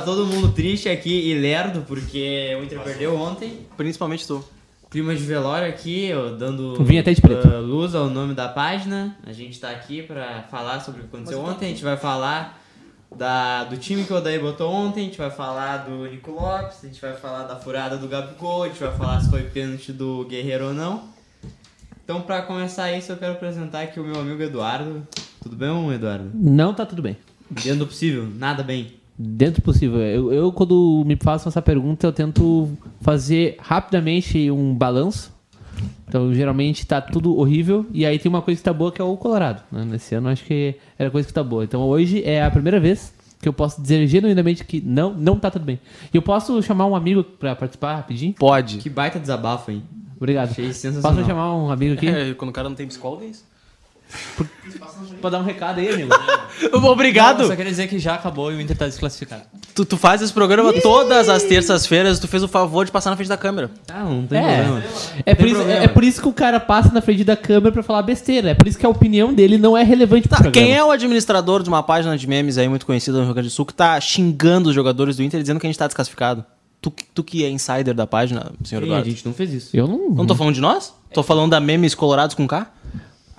Tá todo mundo triste aqui e lerdo, porque o Inter perdeu ontem. Principalmente tu. Clima de velório aqui, eu dando Eu vim até de preto. ah, luz ao nome da página. A gente tá aqui pra falar sobre o que aconteceu ontem. A gente vai falar da, do time que o Odair botou ontem, a gente vai falar do Nico Lopes, a gente vai falar da furada do Gabigol, a gente vai falar se foi pênalti do Guerreiro ou não. Então, pra começar isso, eu quero apresentar aqui o meu amigo Eduardo. Tudo bem, Eduardo? Não tá tudo bem. Dentro do possível, nada bem. Dentro do possível. Eu, eu, quando me faço essa pergunta, eu tento fazer rapidamente um balanço. Então, geralmente tá tudo horrível. E aí tem uma coisa que tá boa, que é o Colorado. né? Nesse ano, acho que era a coisa que tá boa. Então, hoje é a primeira vez que eu posso dizer genuinamente que não, não tá tudo bem. E eu posso chamar um amigo pra participar rapidinho? Pode. Que baita desabafo, hein? Obrigado. Achei sensacional. Posso chamar um amigo aqui? É, quando o cara não tem psicólogo, é isso. Pra dar um recado aí, amigo. Obrigado. Só queria dizer que já acabou e o Inter tá desclassificado. Tu, tu faz esse programa todas as terças-feiras, tu fez o favor de passar na frente da câmera. Ah, não tem problema. É, é, por Tem isso, problema. é por isso que o cara passa na frente da câmera pra falar besteira. É por isso que a opinião dele não é relevante pro Tá, quem programa. é o administrador de uma página de memes aí muito conhecida no Rio Grande do Sul que tá xingando os jogadores do Inter dizendo que a gente tá desclassificado? Tu, que- tu que é insider da página, senhor Ih, a Eduardo? gente não fez isso. Eu não... Não tô falando de nós? Tô falando da memes colorados com K?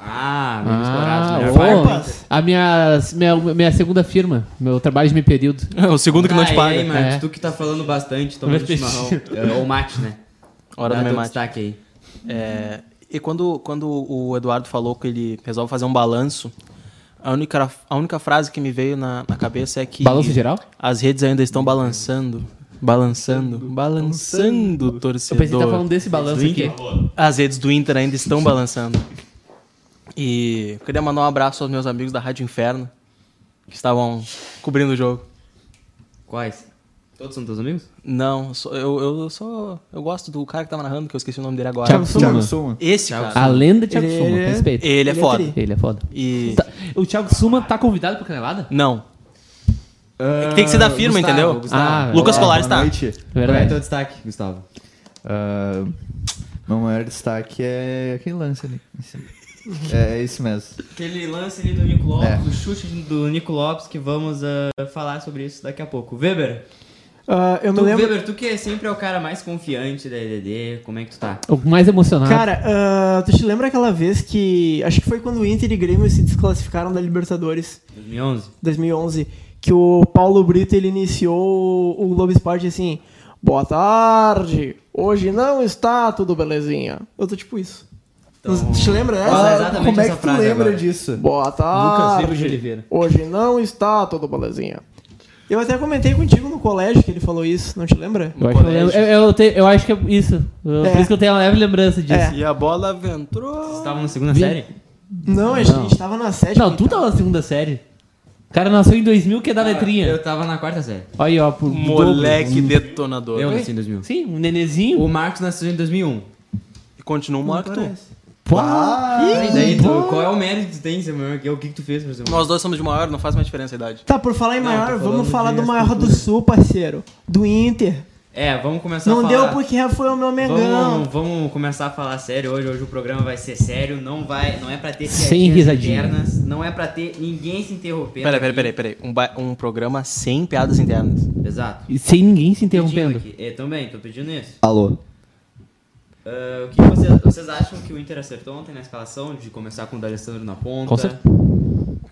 Ah, menos Ah, coragem, né? ô, Farpas. a minha, minha, minha segunda firma, meu trabalho de meio período. É o segundo que não te Ah, paga. E aí, Marcos, É. tu que tá falando bastante, tomando Mas- chimarrão. É, Ou mate, né? Hora Dá do teu memate. destaque aí. É, e quando, quando o Eduardo falou que ele resolve fazer um balanço, a única, a única frase que me veio na, na cabeça é que. Balanço geral? As redes ainda estão balançando. Balançando, balançando, Eu pensei que torcedor. tá falando desse balanço aqui. As redes do Inter ainda estão balançando. E eu queria mandar um abraço aos meus amigos da Rádio Inferno, que estavam cobrindo o jogo. Quais? Todos são teus amigos? Não, sou- eu, eu sou. Eu gosto do cara que tava narrando, que eu esqueci o nome dele agora. Thiago Suma. Thiago Suma. Esse cara. A lenda Thiago Ele- Suma, ele é- respeito. Ele é Ele é foda. tri. Ele é foda. E. Tá, o Thiago Suma tá convidado pro Canelada? Não. Tem que ser da firma, Gustavo, entendeu? Gustavo. Ah, Lucas É, Olá, Colares boa tá. noite. Qual é Verdade. teu destaque, Gustavo? Ah, meu maior destaque é aquele lance ali. em cima. É, é isso mesmo. Aquele lance ali do Nico Lopes, É. do chute do Nico Lopes, que vamos ah, falar sobre isso daqui a pouco. Weber, Ah, eu tu, não lembro. Weber, tu que sempre é o cara mais confiante da EDD, como é que tu tá? O mais emocionado. Cara, ah, tu te lembra aquela vez que. Acho que foi quando o Inter e Grêmio se desclassificaram da Libertadores 2011? 2011. Que o Paulo Brito ele iniciou o Globo Esporte assim: Boa tarde, hoje não está tudo belezinha. Eu tô tipo isso. Então, Tu te lembra tá Fala dessa? exatamente é essa frase agora. disso? Boa tarde. Silva de Oliveira. Hoje não está todo belezinha. Eu até comentei contigo no colégio que ele falou isso, não te lembra? Eu acho, que eu, lembro- eu- eu te- eu acho que é isso. Eu- É. Por isso que eu tenho uma leve lembrança disso. É. E a bola entrou. Vocês estavam na segunda Vi- série? Não, a gente, a gente tava na sétima. Não, tu então. tava na segunda série. O cara nasceu em 2000, que é da letrinha. Eu tava na quarta série. Olha aí, ó. Pro, Hum. Moleque detonador. Eu nasci em 2000. Sim, um nenezinho. O Marcos nasceu em 2001. E continua um o Marco. Pá. E daí, tu, qual é o mérito que tu tem, Samuel? O que que tu fez pra Samuel? Nós dois somos de maior, não faz mais diferença a idade. Tá, por falar em maior, tô vamos falando falar de do maior do Sul, parceiro. Do Inter. É, vamos começar Não a deu falar. porque foi o meu Mengão. Vamos, vamos começar a falar sério hoje. Hoje o programa vai ser sério. Não vai, não é pra ter Sem piadinhas risadinha. internas, Não é pra ter ninguém se interrompendo. Peraí, peraí, aqui. peraí, peraí. Um, ba- um programa sem piadas internas. Exato. E sem ninguém se Pedindo interrompendo. aqui. É, também, tô pedindo isso. Alô. Ah, o que vocês, vocês acham que o Inter acertou ontem na escalação? De começar com o D'Alessandro na ponta. Com certeza.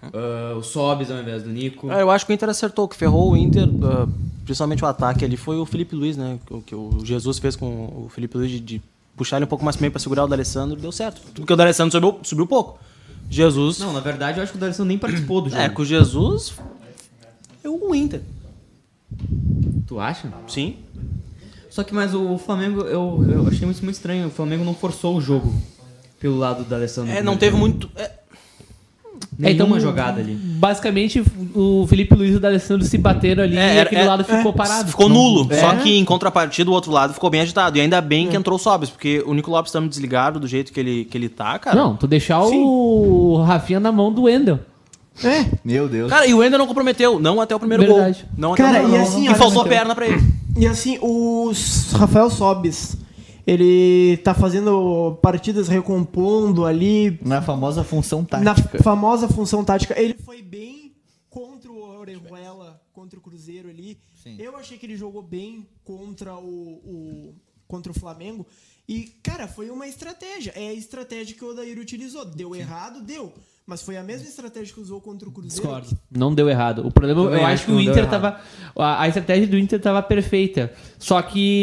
Ah, o Sobis ao invés do Nico. Ah, eu acho que o Inter acertou. O que ferrou o Inter, ah, principalmente o ataque ali, foi o Felipe Luiz, né? O que o Jesus fez com o Felipe Luiz de, de puxar ele um pouco mais pra meio pra segurar o D'Alessandro, deu certo. Porque o D'Alessandro subiu, subiu pouco. Jesus. Não, na verdade eu acho que o D'Alessandro nem participou do jogo. é, com o Jesus. É o Inter. Tu acha? Sim. Só que, mas o Flamengo, eu, eu achei isso muito estranho. O Flamengo não forçou o jogo pelo lado da Alessandro. né? É, não teve muito. é, É, Nenhuma o- jogada ali. Basicamente, o Felipe Luiz e o D'Alessandro se bateram ali É, e era- aquele é, lado ficou parado. Ficou Não- nulo. É. Só que em contrapartida, o outro lado ficou bem agitado. E ainda bem que entrou o Sobis, porque o Nico Lopes tá me desligado do jeito que ele, que ele tá, cara. Não, tu deixar o Rafinha na mão do Wendel. É, Meu Deus. Cara, e o Ender não comprometeu. Não até o primeiro Verdade. gol. Não Cara, até o primeiro e gol. assim, E olha, faltou a Mateus. perna pra ele. E assim, o S- Rafael Sobis, ele tá fazendo partidas recompondo ali Na famosa função na tática. famosa função tática. Ele foi bem contra o Orejuela, contra contra o Cruzeiro ali. Sim. Eu achei que ele jogou bem contra o, o- contra o Flamengo. E, cara, foi uma estratégia. É a estratégia que o Odair utilizou. Deu errado, deu. Mas foi a mesma estratégia que usou contra o Cruzeiro. Discordo. Não deu errado. O problema, Também eu acho acho que que o não deu Inter errado. tava. A, a estratégia do Inter tava perfeita. Só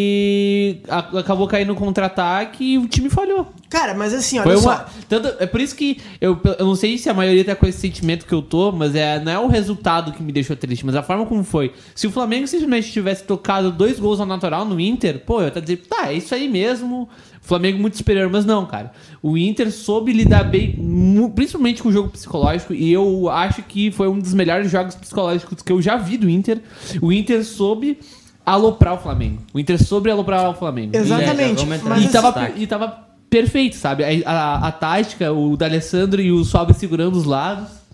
que a- acabou caindo no contra-ataque e o time falhou. Cara, mas assim, olha Foi uma, só. tanto, é por isso que eu, eu não sei se a maioria tá com esse sentimento que eu tô, mas é, não é o resultado que me deixou triste, mas a forma como foi. Se o Flamengo simplesmente tivesse tocado dois gols ao natural no Inter, pô, eu ia tá dizendo, tá, é isso aí mesmo. Flamengo muito superior, mas não, cara. O Inter soube lidar bem, mu- principalmente com o jogo psicológico, e eu acho que foi um dos melhores jogos psicológicos que eu já vi do Inter. O Inter soube aloprar o Flamengo. O Inter soube aloprar o Flamengo. E- Exatamente. vamos entrar mas nisso. e, tava, destaque. e tava perfeito, sabe? A, a, a tática, o D'Alessandro e o Sobe segurando os lados.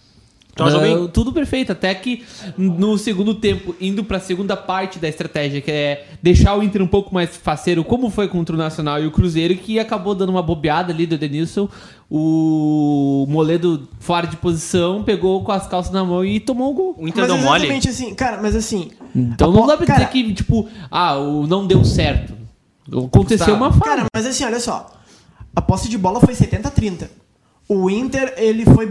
Tava Ah, bem. Tudo perfeito, até que no segundo tempo, indo pra segunda parte da estratégia, que é deixar o Inter um pouco mais faceiro, como foi contra o Nacional e o Cruzeiro, que acabou dando uma bobeada ali do Denilson. O Moledo fora de posição, pegou com as calças na mão e tomou o gol. O Inter Mas deu mole. exatamente assim, cara, mas assim. Então não dá pra Cara, dizer que, tipo, ah, o não deu certo. Aconteceu Tá. uma falha. Cara, mas assim, olha só. A posse de bola foi 70-30. O Inter, ele foi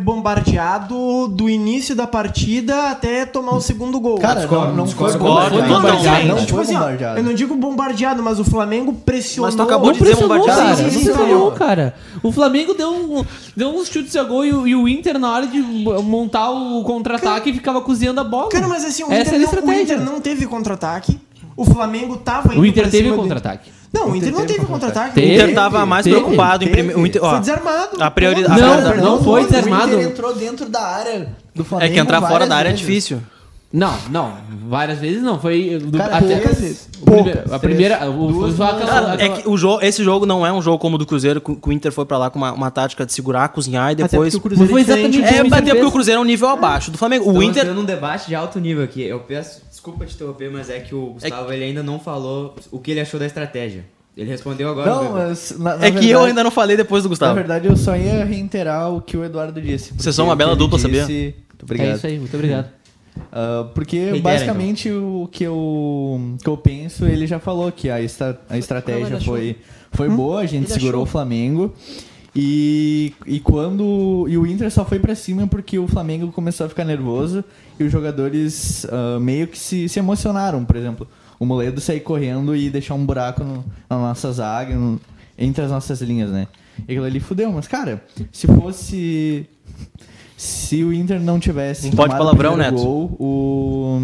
bombardeado do início da partida até tomar o segundo gol. Cara, não, não foi discordo, bombardeado. não, não, Não, cara, Não, não tipo foi assim, ó, bombardeado. eu não digo bombardeado, mas o Flamengo pressionou. Mas tu acabou de dizer pressionou, bombardeado, cara. sim, né? Não sim, pressionou, sim. cara. O Flamengo deu, um- deu uns chutes a gol e, o- e o Inter, na hora de montar o contra-ataque, ficava cozinhando a bola. Cara, mas assim, o Essa era Inter, a não, o estratégia. Inter não teve contra-ataque. O Flamengo tava indo o Inter pra teve cima do- contra-ataque. Não, o Inter não teve contra-ataque. O Teve. Inter tava mais Teve, preocupado em primeiro. o Inter- ó, Foi desarmado. a priori- Todo a- mundo. Não, Cara, não Não, foi o Inter desarmado. é entrou dentro da área do É Flamengo. que entrar fora várias da área é vezes. difícil. Então, Não, não. Várias vezes não. Foi do, Cara, até. poucas vezes. o primeiro- a primeira. O, Duas, foi aquela- Cara, é aquela- que o jogo, esse jogo não é um jogo como o do Cruzeiro, que que o Inter foi pra lá com uma, uma tática de segurar, cozinhar e Até porque depois. o Cruzeiro Foi é diferente. exatamente É, o até Inter porque o fez. Então, Cruzeiro é um nível abaixo do Flamengo. O Estamos Inter. entrando num um debate de alto nível aqui. Eu peço, desculpa te interromper, mas é que o Gustavo ele ainda não falou o que ele achou da estratégia. Ele respondeu agora. Não, Weber. mas na, na É que eu verdade- ainda não falei depois do Na Gustavo. verdade, eu só ia reiterar o que o Eduardo disse. Vocês são uma bela dupla, sabia? sabia? Muito É obrigado. isso aí, muito obrigado. Ah, porque então. basicamente o que eu, que eu penso, ele já falou que a, estra- a Não, estratégia mas foi, foi boa, a gente Ele segurou achou. o Flamengo. E, e quando. E o Inter só foi pra cima porque o Flamengo começou a ficar nervoso e os jogadores ah, meio que se, se emocionaram, por exemplo. O Moledo sair correndo e deixar um buraco no- na nossa zaga, no- entre as nossas linhas, né? E aquilo ali fudeu, mas cara, se fosse. Se o Inter não tivesse. Não pode Assim tomado o palavrão, primeiro Neto. Gol, o,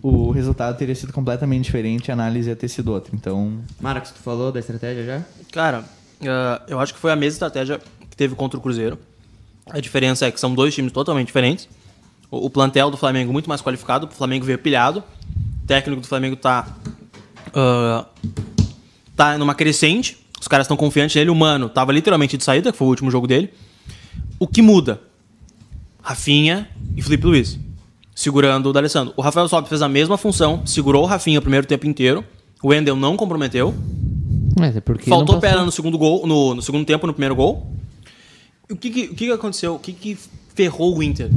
o resultado teria sido completamente diferente, a análise ia ter sido outra. Então. Marcos, tu falou da estratégia já? Cara, ah, eu acho que foi a mesma estratégia que teve contra o Cruzeiro. A diferença é que são dois times totalmente diferentes. O, o plantel do Flamengo muito mais qualificado, o Flamengo veio pilhado. O técnico do Flamengo tá. ah, tá numa crescente. Os caras estão confiantes nele. O Mano tava literalmente de saída, que foi o último jogo dele. O que muda? Rafinha e Felipe Luiz. Segurando o D'Alessandro. O Rafael Sobe fez a mesma função, segurou o Rafinha o primeiro tempo inteiro. O Wendel não comprometeu. Mas é porque. Faltou não passou. perna no segundo gol, no, no segundo tempo, no primeiro gol. E O que, que- o que que aconteceu? O que, que ferrou o Inter?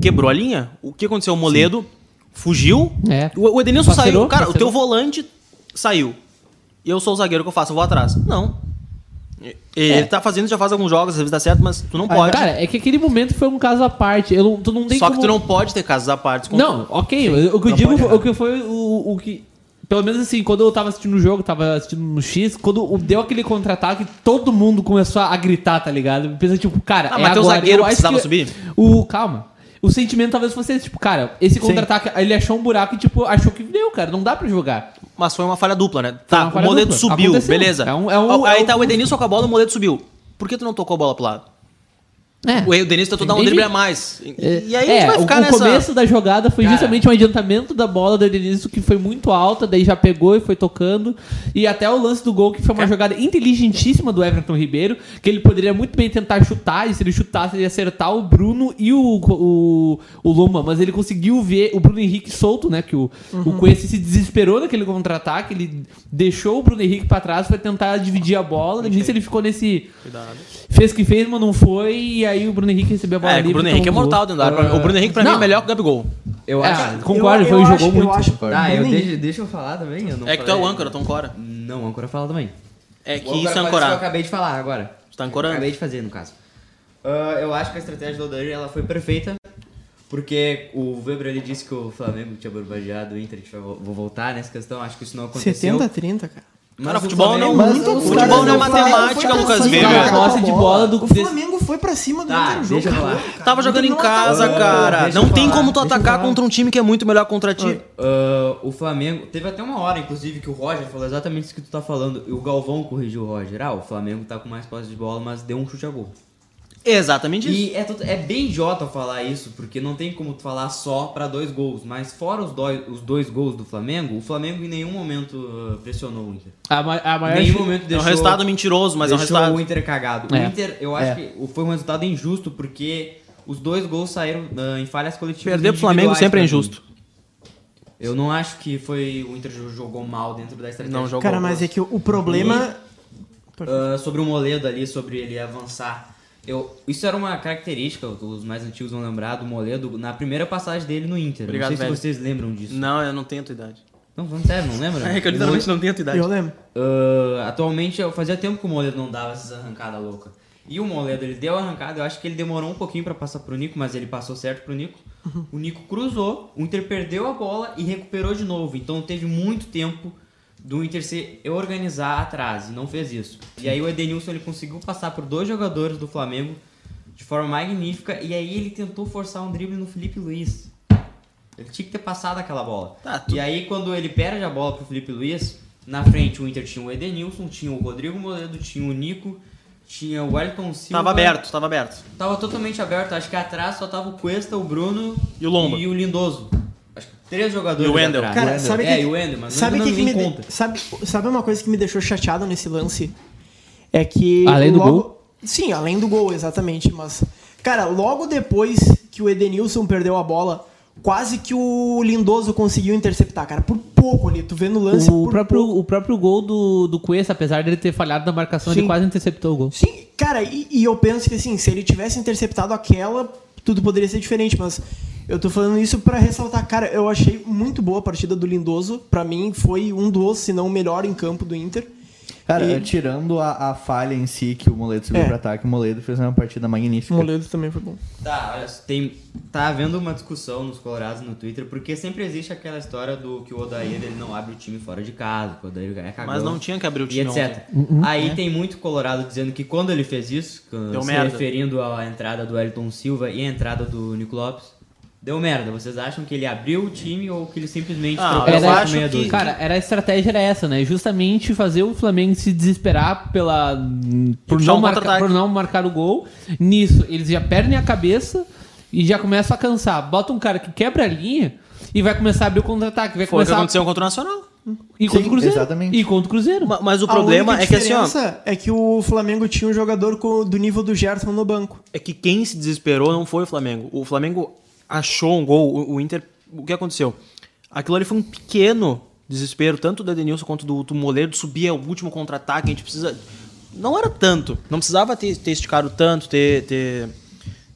Quebrou a linha? O que aconteceu? O Moledo fugiu. É. O, o Edenilson Parceirou, saiu. Cara, o parceirou. teu volante saiu. E eu sou o zagueiro que eu faço, eu vou atrás. Não. E- Ele tá fazendo, já faz alguns jogos, às vezes dá certo, mas tu não pode. É. Cara, é que aquele momento foi um caso à parte. Eu não, tu não tem Só que como- tu não pode ter casos à parte. com- Não, ok. o que eu não digo pode foi- errar. o que foi o, o que. Pelo menos assim, quando eu tava assistindo o jogo, tava assistindo no X, quando o- deu aquele contra-ataque, todo mundo começou a gritar, tá ligado? Pensa, tipo, cara, Ah, é mas teu agora. zagueiro Eu acho precisava que- subir? O, calma. O sentimento talvez fosse esse, tipo, cara, esse contra-ataque, ele achou um buraco e, tipo, achou que deu, cara, não dá pra jogar. Mas foi uma falha dupla, né? Foi Tá, uma falha o Moledo dupla. subiu, Aconteceu. beleza. É um- é um- Aí é um- tá o Edenilson com a bola, o Moledo subiu. Por que tu não tocou a bola pro lado? É. O Edenilson tentou dar um Entendi. drible a mais. E- É, e aí a é, gente vai o- ficar o, nessa. começo da jogada foi Cara. justamente um adiantamento da bola do Edenilson que foi muito alta, daí já pegou e foi tocando. E até o lance do gol, que foi uma jogada inteligentíssima do Everton Ribeiro, que ele poderia muito bem tentar chutar, e se ele chutasse, ele ia acertar o Bruno e o, o, o Loma. Mas ele conseguiu ver o Bruno Henrique solto, né? Que o, Uhum. o Cuesta se desesperou naquele contra-ataque, ele deixou o Bruno Henrique pra É, trás, foi tentar dividir a bola. Depois ele ficou nesse. Fez que fez, mas não foi. E aí o Bruno Henrique recebeu a bola É, livre. o Bruno então Henrique é vamos mortal dentro da área. Pra mim. O Bruno Henrique, pra mim, Não. é melhor que o Gabigol. Eu É, acho. concordo, eu, foi, eu jogou acho- muito. Eu acho Tá, Ah, eu, Bruno Henrique. deixa, deixa eu falar também. Eu não É que tu é o falei. âncora, tu ancora. Não, o âncora fala também. É que O âncora isso é fala que eu ancorar. acabei de falar agora. Tu tá Eu ancorando. Acabei de fazer, no caso. Ah, eu acho que a estratégia do Odair ela foi perfeita, porque o Weber ele disse que o Flamengo tinha bombardeado o Inter, a gente vai, vo- vou voltar nessa questão, acho que isso não aconteceu. 70 30, cara. Mas Cara, o futebol Flamengo- não- Mas Muito os futebol caras não é foram- matemática, foram Lucas pra cima Weber. da Posse de bola do- O Flamengo foi pra cima do Tá, Inter o jogo. deixa eu acabou, falar. cara. Tava jogando em Não atacou. casa, Ah, cara. deixa Não eu tem falar, como tu deixa eu atacar falar. contra um time que é muito melhor contra ti. Ah, o Flamengo. Teve até uma hora, inclusive, que o Roger falou exatamente isso que tu tá falando. E o Galvão corrigiu o Roger. Ah, o Flamengo tá com mais posse de bola, mas deu um chute a gol. Exatamente isso. E é, tot- é bem idiota falar isso, porque não tem como tu falar só pra dois gols. Mas fora os dois, os dois gols do Flamengo, o Flamengo em nenhum momento ah, pressionou o Inter. A, ma- a maior Em nenhum chi- momento É um deixou, resultado mentiroso, mas é um deixou resultado. o Inter cagado. É. O Inter, eu acho que o- foi um resultado injusto, porque os dois gols saíram ah, em falhas coletivas. Perder pro Flamengo individuais pra sempre é mim. injusto. Eu não acho que foi o Inter jogou mal dentro da estratégia. Não jogou. Cara, mas é que o- o problema. Ah, sobre o Moledo ali, sobre ele avançar. Eu, isso era uma característica, os mais antigos vão lembrar, do Moledo na primeira passagem dele no Inter. Obrigado, não sei velho. se vocês lembram disso. Não, eu não tenho a tua idade. Não, vamos sério, não lembra? É que eu literalmente não tenho a tua idade. Eu lembro. Ah, atualmente, eu fazia tempo que o Moledo não dava essas arrancadas loucas. E o Moledo, ele deu a arrancada, eu acho que ele demorou um pouquinho pra passar pro Nico, mas ele passou certo pro Nico. O Nico cruzou, o Inter perdeu a bola e recuperou de novo. Então teve muito tempo do Inter se organizar atrás e não fez isso. E aí o Edenilson ele conseguiu passar por dois jogadores do Flamengo de forma magnífica e aí ele tentou forçar um drible no Felipe Luiz. Ele tinha que ter passado aquela bola. Tá, tu- E aí, quando ele perde a bola pro Felipe Luiz, na frente o Inter tinha o Edenilson, tinha o Rodrigo Moledo, tinha o Nico, tinha o Wellington Silva. Tava aberto, tava aberto. Tava totalmente aberto. Acho que atrás só tava o Cuesta, o Bruno E o Lomba. E o Lindoso. Acho que três jogadores. E o Wendel. atrás. Cara, sabe é, que- e o Wendel, mas Sabe não, que, que me de- conta. sabe, sabe uma coisa que me deixou chateado nesse lance? É que. Além do logo- gol? Sim, além do gol, exatamente. Mas, cara, logo depois que o Edenilson perdeu a bola, quase que o Lindoso conseguiu interceptar, cara. Por pouco ali, tu vê no lance. O por próprio, pouco. o próprio gol do, do Cuesta, apesar dele ter falhado na marcação, ele Sim. quase interceptou o gol. Sim, cara, e, e eu penso que assim, se ele tivesse interceptado aquela, tudo poderia ser diferente, mas eu tô falando isso pra ressaltar, cara, eu achei muito boa a partida do Lindoso, Pra mim foi um dos, se não o melhor em campo do Inter. Cara, E- tirando a, a falha em si que o Moledo subiu É. pra ataque, o Moledo fez uma partida magnífica. O Moledo também foi bom. Tá, olha, tem, tá havendo uma discussão nos colorados no Twitter, porque sempre existe aquela história do que o Odair ele não abre o time fora de casa, que o Odair é cagão. Mas não tinha que abrir o e time ontem. etc. Aí tem muito colorado dizendo que quando ele fez isso, que- Deu se merda. referindo à entrada do Elton Silva e à entrada do Nico Lopes, deu merda. Vocês acham que ele abriu o time ou que ele simplesmente Ah, trocou eu essa acho meia que- dúzia? Cara, era a estratégia era essa, né? Justamente fazer o Flamengo se desesperar pela por puxar não, um marcar, contra-ataque. por não marcar o gol. Nisso, eles já perdem a cabeça e já começam a cansar. Bota um cara que quebra a linha e vai começar a abrir o contra-ataque, Foi vai o que começar aconteceu contra o Nacional. e contra o Sim, Cruzeiro. exatamente. E contra o Cruzeiro. Ma- Mas o problema é que assim, ó. é que o Flamengo tinha um jogador co- do nível do Gerson no banco. É que quem se desesperou não foi o Flamengo. O Flamengo achou um gol. O, o Inter. O que aconteceu? Aquilo ali foi um pequeno desespero, tanto do Edenilson quanto do, do Moleiro, de subir ao último contra-ataque. A gente precisa. Não era tanto. Não precisava ter, ter esticado tanto, ter. ter,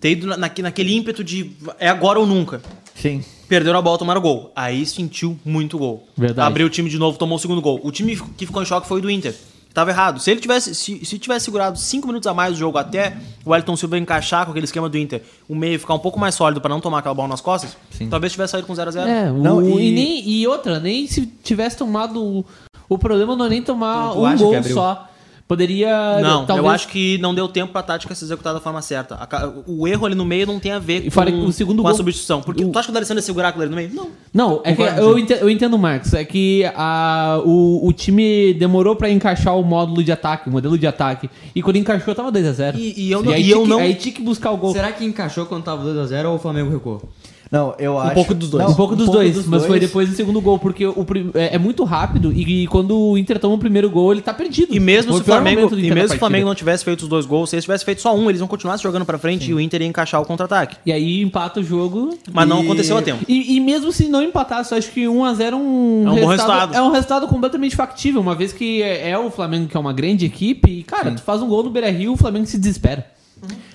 ter ido na, naque- naquele ímpeto de é agora ou nunca. Sim. Perderam a bola, tomaram gol. Aí sentiu muito gol. Verdade. Abriu o time de novo, tomou o segundo gol. O time que ficou em choque foi o do Inter. Tava errado. Se ele tivesse, se, se tivesse segurado 5 minutos a mais do jogo até o Elton Silva encaixar com aquele esquema do Inter, o meio ficar um pouco mais sólido pra não tomar aquela bola nas costas, Sim. talvez tivesse saído com 0x0. É, o- Não, e... e- nem, e outra, nem se tivesse tomado. o- O problema não é nem tomar Não, tu um acha que gol abriu? só. Poderia. Não, eu É, talvez- acho que não deu tempo pra tática se executar da forma certa. A ca- o erro ali no meio não tem a ver E fora que com, o segundo com a gol- substituição. Porque o- tu acha que o D'Alessandro ia segurar aquilo ali no meio? Não. Não, é que eu entendo, eu entendo, Marcos. É que a, o, o time demorou pra encaixar o módulo de ataque, o modelo de ataque. E quando encaixou, tava 2x0. E- e eu não- aí, e tinha eu que, não- aí tinha que buscar o gol. Será que encaixou quando tava 2x0 ou o Flamengo recuou? Não, eu acho. pouco dos dois. Não, um pouco dos dois, mas foi dois. depois do segundo gol, porque o, pri- é, é muito rápido e, e quando o Inter toma o primeiro gol, ele tá perdido. E mesmo Foi se o pior Flamengo, momento do e Inter na mesmo se o partida. Flamengo não tivesse feito os dois gols, se eles tivessem feito só um, eles iam continuar se jogando pra frente e o Inter ia encaixar o contra-ataque. E aí empata o jogo. Mas não E- aconteceu a tempo. E, e mesmo se não empatasse, eu acho que 1x0 é um, É um bom resultado. É um resultado completamente factível, uma vez que é, é o Flamengo que é uma grande equipe. E, cara, tu faz um gol no Beira Rio, o Flamengo se desespera.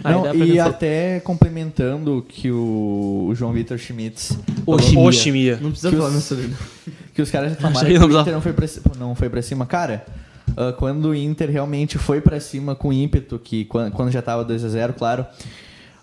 Aí Uhum. Não, dá pra e pensar. até complementando o que o, o João Vitor Schmitz Oximia. Não precisa Que falar os- meu sobrenome. que os caras reclamaram Achei que que não o Inter precisava. não foi, pra, ci- não foi pra cima. Cara, ah, quando o Inter realmente foi pra cima com ímpeto, que quan- quando, já tava 2x0, claro,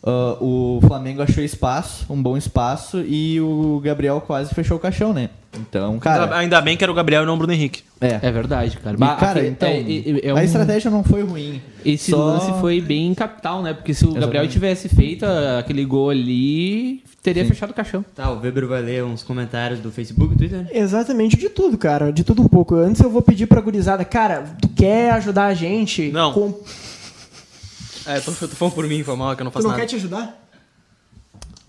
ah, o Flamengo achou espaço, um bom espaço, e o Gabriel quase fechou o caixão, né? Então, cara... Ainda bem que era o Gabriel e não o Bruno Henrique. É. É verdade, cara. E, Bah, cara, aquele- então, é- é- é um- a estratégia não foi ruim. Esse Só- lance foi bem capital, né? Porque se o Gabriel Exatamente. tivesse feito ah, aquele gol ali, teria fechado o caixão. Tá, o Weber vai ler uns comentários do Facebook e Twitter. né? Exatamente de tudo, cara. De tudo um pouco. Antes eu vou pedir pra gurizada, cara, tu quer ajudar a gente? Não. Com... É, tô, tô falando por mim, foi mal, que eu não Tu não quer te ajudar?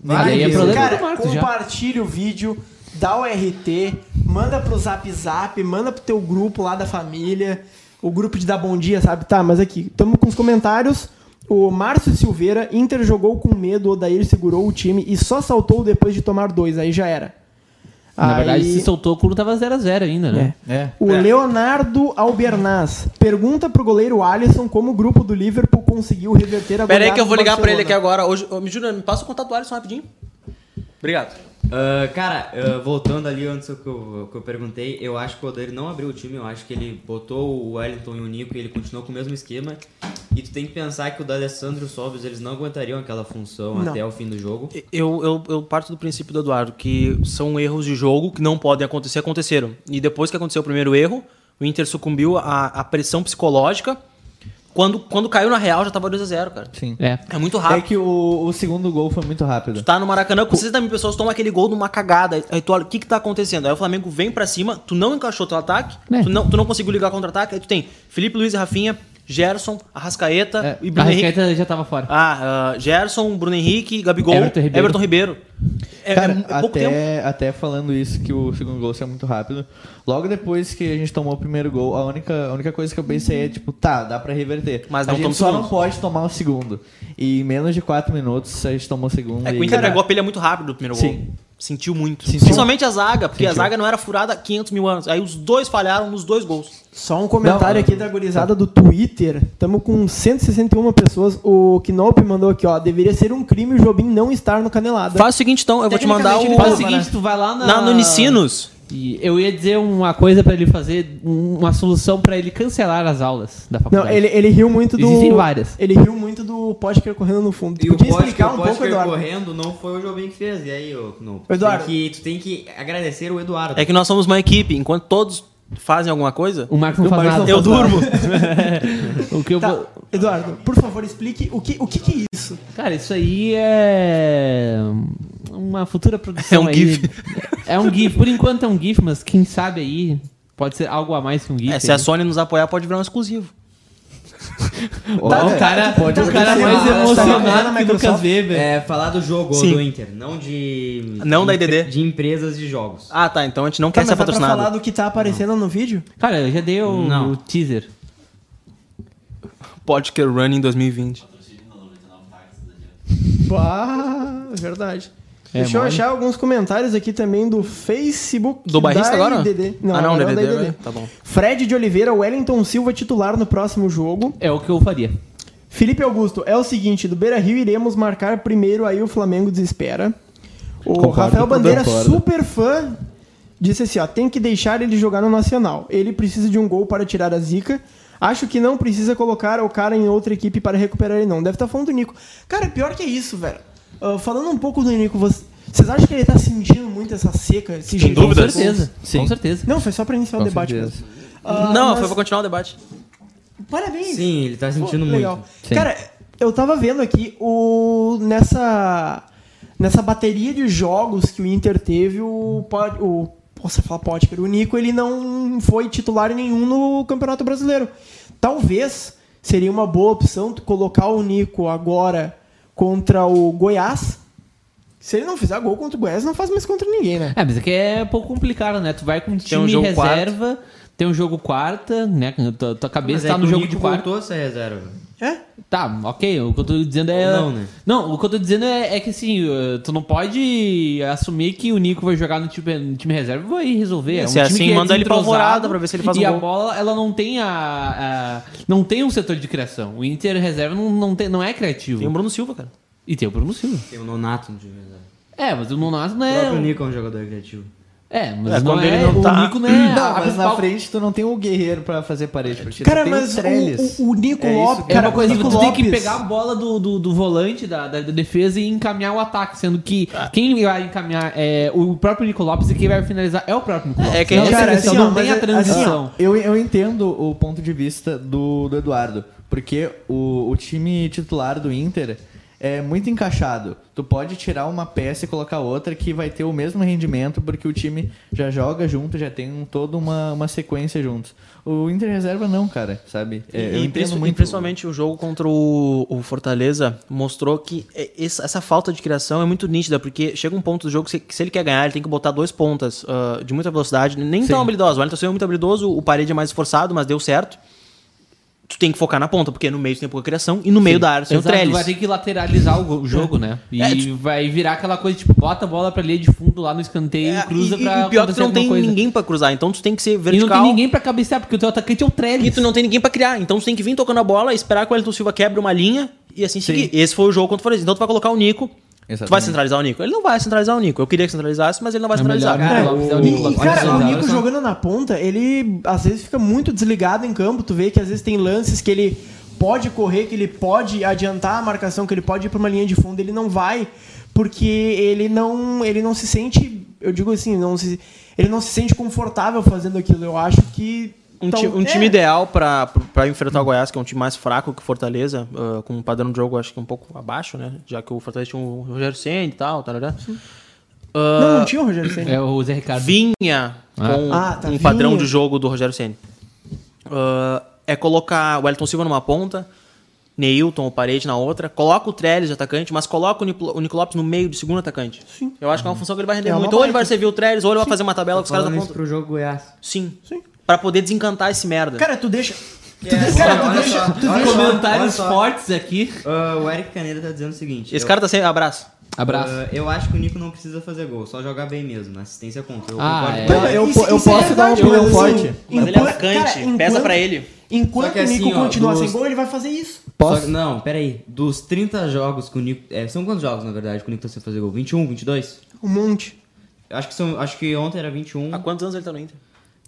Mas aí é Guilherme. problema cara, do Marcos já. compartilha o vídeo, dá o RT, manda pro zap zap, manda pro teu grupo lá da família, o grupo de dar bom dia, sabe? Tá, mas aqui, estamos com os comentários. O Márcio Silveira, Inter jogou com medo, Odair segurou o time e só saltou depois de tomar dois, aí já era. Na verdade, Aí- se soltou, o clube tava 0x0 ainda, né? É. O Leonardo Albernaz pergunta pro goleiro Alisson como o grupo do Liverpool conseguiu reverter a Pera aí goleada que eu vou do ligar pra ele aqui Barcelona. agora. Hoje, ô, me jura, me passa o contato do Alisson rapidinho. Obrigado. Ah, cara, ah, voltando ali antes do que eu, que eu perguntei, eu acho que o Odair não abriu o time, eu acho que ele botou o Wellington e o Nico e ele continuou com o mesmo esquema. E tu tem que pensar que o D'Alessandro e o Sobis, eles não aguentariam aquela função Não. até o fim do jogo. Eu, eu, eu parto do princípio do Eduardo, que são erros de jogo que não podem acontecer, aconteceram. E depois que aconteceu o primeiro erro, o Inter sucumbiu à, à pressão psicológica. Quando, quando caiu na real, já tava 2x0, cara. Sim. É. É muito É rápido. que o, o segundo gol foi muito rápido. Tu tá no Maracanã com 60 mil pessoas, toma aquele gol numa cagada. Aí- Aí tu olha, o que que tá acontecendo? Aí o Flamengo vem pra cima, tu não encaixou teu ataque, É. tu, não, tu não conseguiu ligar contra-ataque. Aí tu tem Felipe Luiz e Rafinha, Gerson, Arrascaeta e A Bruno Henrique. Rascaeta já tava fora. Ah, ah, Gerson, Bruno Henrique, Gabigol, Everton Everton Ribeiro. Ribeiro. É, Cara, é- é pouco até, tempo. até falando isso, que o segundo gol saiu muito rápido. Logo depois que a gente tomou o primeiro gol, a única, a única coisa que eu pensei é, tipo, tá, dá pra reverter. Mas a não toma gente o só segundo. não pode tomar o segundo. E em menos de 4 minutos a gente tomou o segundo. É que e- o Inter pegou a pilha muito rápido do primeiro Sim. gol. Sentiu muito. Sentiu. Principalmente a zaga, porque Sentiu. a zaga não era furada há 500 mil anos. Aí os dois falharam nos dois gols. Só um comentário Não, aqui da gurizada do Twitter. Tamo com 161 pessoas. O Knop mandou aqui, ó. Deveria ser um crime o Jobim não estar no Canelada. Faz o seguinte então, eu vou te mandar o... Tecnicamente, ele Faz o tava, seguinte, então. tu né? vai lá na... Na, no Unicinos. E eu ia dizer uma coisa pra ele fazer, um- uma solução pra ele cancelar as aulas da Não, faculdade. ele, ele riu muito do. Existem várias. Ele riu muito do Podker correndo no fundo. Tu E o podia pote que explicar o um pote pouco, que Eduardo. correndo não foi o Jobim que fez. E aí, ô, Knup? Eduardo. Tu tem que, tu tem que agradecer o Eduardo. É que nós somos uma equipe, enquanto todos fazem alguma coisa, O Marcos não faz Marcos nada. eu durmo. O que eu Tá, vou- Eduardo, por favor, explique o que, o que, que é isso. Cara, isso aí é uma futura produção É um aí. gif. É um GIF. Por enquanto é um GIF, mas quem sabe aí pode ser algo a mais que um GIF. É, se a aí. Sony nos apoiar, pode virar um exclusivo. Ó, Tá, o cara, pode o cara acontecer. mais Tá, tá emocionado na que o Lucas Microsoft. Weber. É, falar do jogo Sim. do Inter, não de... Não da de- IDD. De empresas de jogos. Ah, tá, então a gente não Tá, quer ser mas dá pra falar patrocinado. do que tá aparecendo no vídeo? Cara, eu já dei o, Não. o teaser. Pode que Running 2020. Bah, verdade. É, Deixa eu mole. achar alguns comentários aqui também do Facebook. Do barrista da agora? IDD. Não, é ah, não, agora DVD. da IDD. agora? Tá bom. Fred de Oliveira, Wellington Silva titular no próximo jogo. É o que eu faria. Felipe Augusto, é o seguinte, do Beira Rio iremos marcar primeiro, aí o Flamengo desespera. O Concordo, Rafael Bandeira, concordo. super fã, disse assim, ó, tem que deixar ele jogar no Nacional. Ele precisa de um gol para tirar a zica. Acho que não precisa colocar o cara em outra equipe para recuperar ele, não. Deve estar falando do Nico. Cara, pior que é isso, velho. Ah, falando um pouco do Nico, você- vocês acham que ele tá sentindo muito essa seca? Esse Sem jejum? dúvidas. Com certeza. Sim. Com certeza. Não, foi só pra tá, iniciar o Com debate certeza. mesmo. Ah, não, mas- foi pra continuar o debate. Parabéns, Sim, ele tá Pô, sentindo muito. legal. Sim. Cara, eu tava vendo aqui o nessa nessa bateria de jogos que o Inter teve, o pod, o posso falar Potker, o Nico ele não foi titular em nenhum no Campeonato Brasileiro. Talvez seria uma boa opção tu colocar o Nico agora contra o Goiás. Se ele não fizer gol contra o Goiás, não faz mais contra ninguém, né? É, mas aqui é um pouco complicado, né? Tu vai com um time um jogo reserva, tem um jogo quarta, né? Tua, tua cabeça Mas é tá que no o jogo Nico de quarta. voltou a ser reserva. É? Tá, ok. O que eu tô dizendo é. Não, né? Não, o que eu tô dizendo é, é que assim, eh, tu não pode assumir que o Nico vai jogar no time, no time reserva e vai resolver. É um Se time é assim, que manda ele pra desentrosado Alvorada pra ver se ele faz e um a gol. bola, ela não tem a, a- Não tem um setor de criação. O Inter reserva não, não, tem, não é criativo. Tem um- o Bruno Silva, cara. E tem o Bruno Silva. Tem o Nonato no time reserva. É, mas o Nonato não O é. próprio Nico é um jogador criativo. É, mas É, não quando é, ele não o tá- Nico não é. a- Não, a mas na principal- frente tu não tem o guerreiro pra fazer parede pra ti. Cara, tu tem mas o Trellis. o, o Nico É isso Lopes. que É Cara, uma coisa, o Nico tu tem que Lopes- pegar a bola do, do, do volante da, da, da defesa e encaminhar o ataque, sendo que Ah. quem vai encaminhar é o próprio Nico Lopes e quem vai finalizar é o próprio Nico Lopes. é que- não, Cara, cara, assim, ó, não mas tem é- a assim, transição. Eu, eu entendo o ponto de vista do, do Eduardo, porque o, o time titular do Inter é muito encaixado. Tu pode tirar uma peça e colocar outra que vai ter o mesmo rendimento, porque o time já joga junto, já tem um- toda uma, uma sequência juntos. O Inter reserva não, cara, sabe? É, eu e, entendo princi- e muito. principalmente o jogo contra o, o Fortaleza mostrou que é- essa essa falta de criação é muito nítida, porque chega um ponto do jogo que se, que se ele quer ganhar, ele tem que botar dois pontas ah, de muita velocidade, nem tão habilidoso. O Wellington Silva é muito habilidoso, o Parede é mais esforçado, mas deu certo. Tu tem que focar na ponta, porque no meio tu tem pouca criação e no meio da área tu tem o Exato, Trellis. vai ter que lateralizar o go- o jogo, né? E É, tipo- vai virar aquela coisa, tipo, bota a bola pra linha de fundo lá no escanteio É, e cruza e, pra e pior que tu acontecer não tem alguma coisa. ninguém pra cruzar, então tu tem que ser E não vertical. tem ninguém pra cabecear, porque o teu atacante é o E Trellis. tu não tem ninguém pra criar. Então tu tem que vir tocando a bola, esperar que o Elton Silva quebre uma linha e assim seguir. Esse foi o jogo contra o Fortaleza. Então tu vai colocar o Nico. Tu vai Exatamente. centralizar o Nico. Ele não vai centralizar o Nico. Eu queria que centralizasse, mas ele não vai É centralizar. melhor, Cara, né? E- Lopes é o Nico E, Lopes. Olha cara, o só, Nico olha só. jogando na ponta, ele às vezes fica muito desligado em campo. Tu vê que às vezes tem lances que ele pode correr, que ele pode adiantar a marcação, que ele pode ir pra uma linha de fundo, ele não vai, porque ele não, ele não se sente, eu digo assim, não se, ele não se sente confortável fazendo aquilo. Eu acho que Um, tal- ti- um é. time ideal pra, pra enfrentar o Goiás, que é um time mais fraco que o Fortaleza, ah, com um padrão de jogo acho que um pouco abaixo, né? Já que o Fortaleza tinha o Rogério Senna e tal, tá ligado? Não, não tinha o Rogério Ceni. É o Zé Ricardo. vinha com Ah, tá, um vinha. padrão de jogo do Rogério Ceni. Ah, é colocar o Elton Silva numa ponta, Neilton ou Parede na outra, coloca o Trellis de atacante, mas coloca o, Niplo- o Nico Lopes no meio de segundo atacante. Eu acho que é uma função que ele vai render É uma muito. Ou ele baita. vai servir o Trellis, ou ele vai fazer uma tabela com os caras da Falando ponta. isso pro jogo Goiás. Sim. Tá Sim. Pra poder desencantar esse merda. Cara, tu deixa. É, Cara, tu deixa, Comentários fortes aqui. o Eric Caneda tá dizendo o seguinte. esse eu- cara tá sem abraço. Abraço. ah, eu acho que o Nico não precisa fazer gol, só jogar bem mesmo. Assistência contra. Eu Ah, concordo é. com ele. Não, Eu, Isso- eu isso é posso dar uma verdade, mas opinião assim, forte. Mas ele é enquanto- atacante, cara, pesa enquanto- pra ele. Só Enquanto que o Nico assim, ó, continuar dos- sem gol, ele vai fazer isso. Só que- não, peraí. Dos 30 jogos com o Nico. é, são quantos jogos, na verdade, com o Nico tá sem fazer gol? 21, 22? Um monte. Eu Acho que, são, acho que ontem era 21. Há quantos anos ele tá no Inter?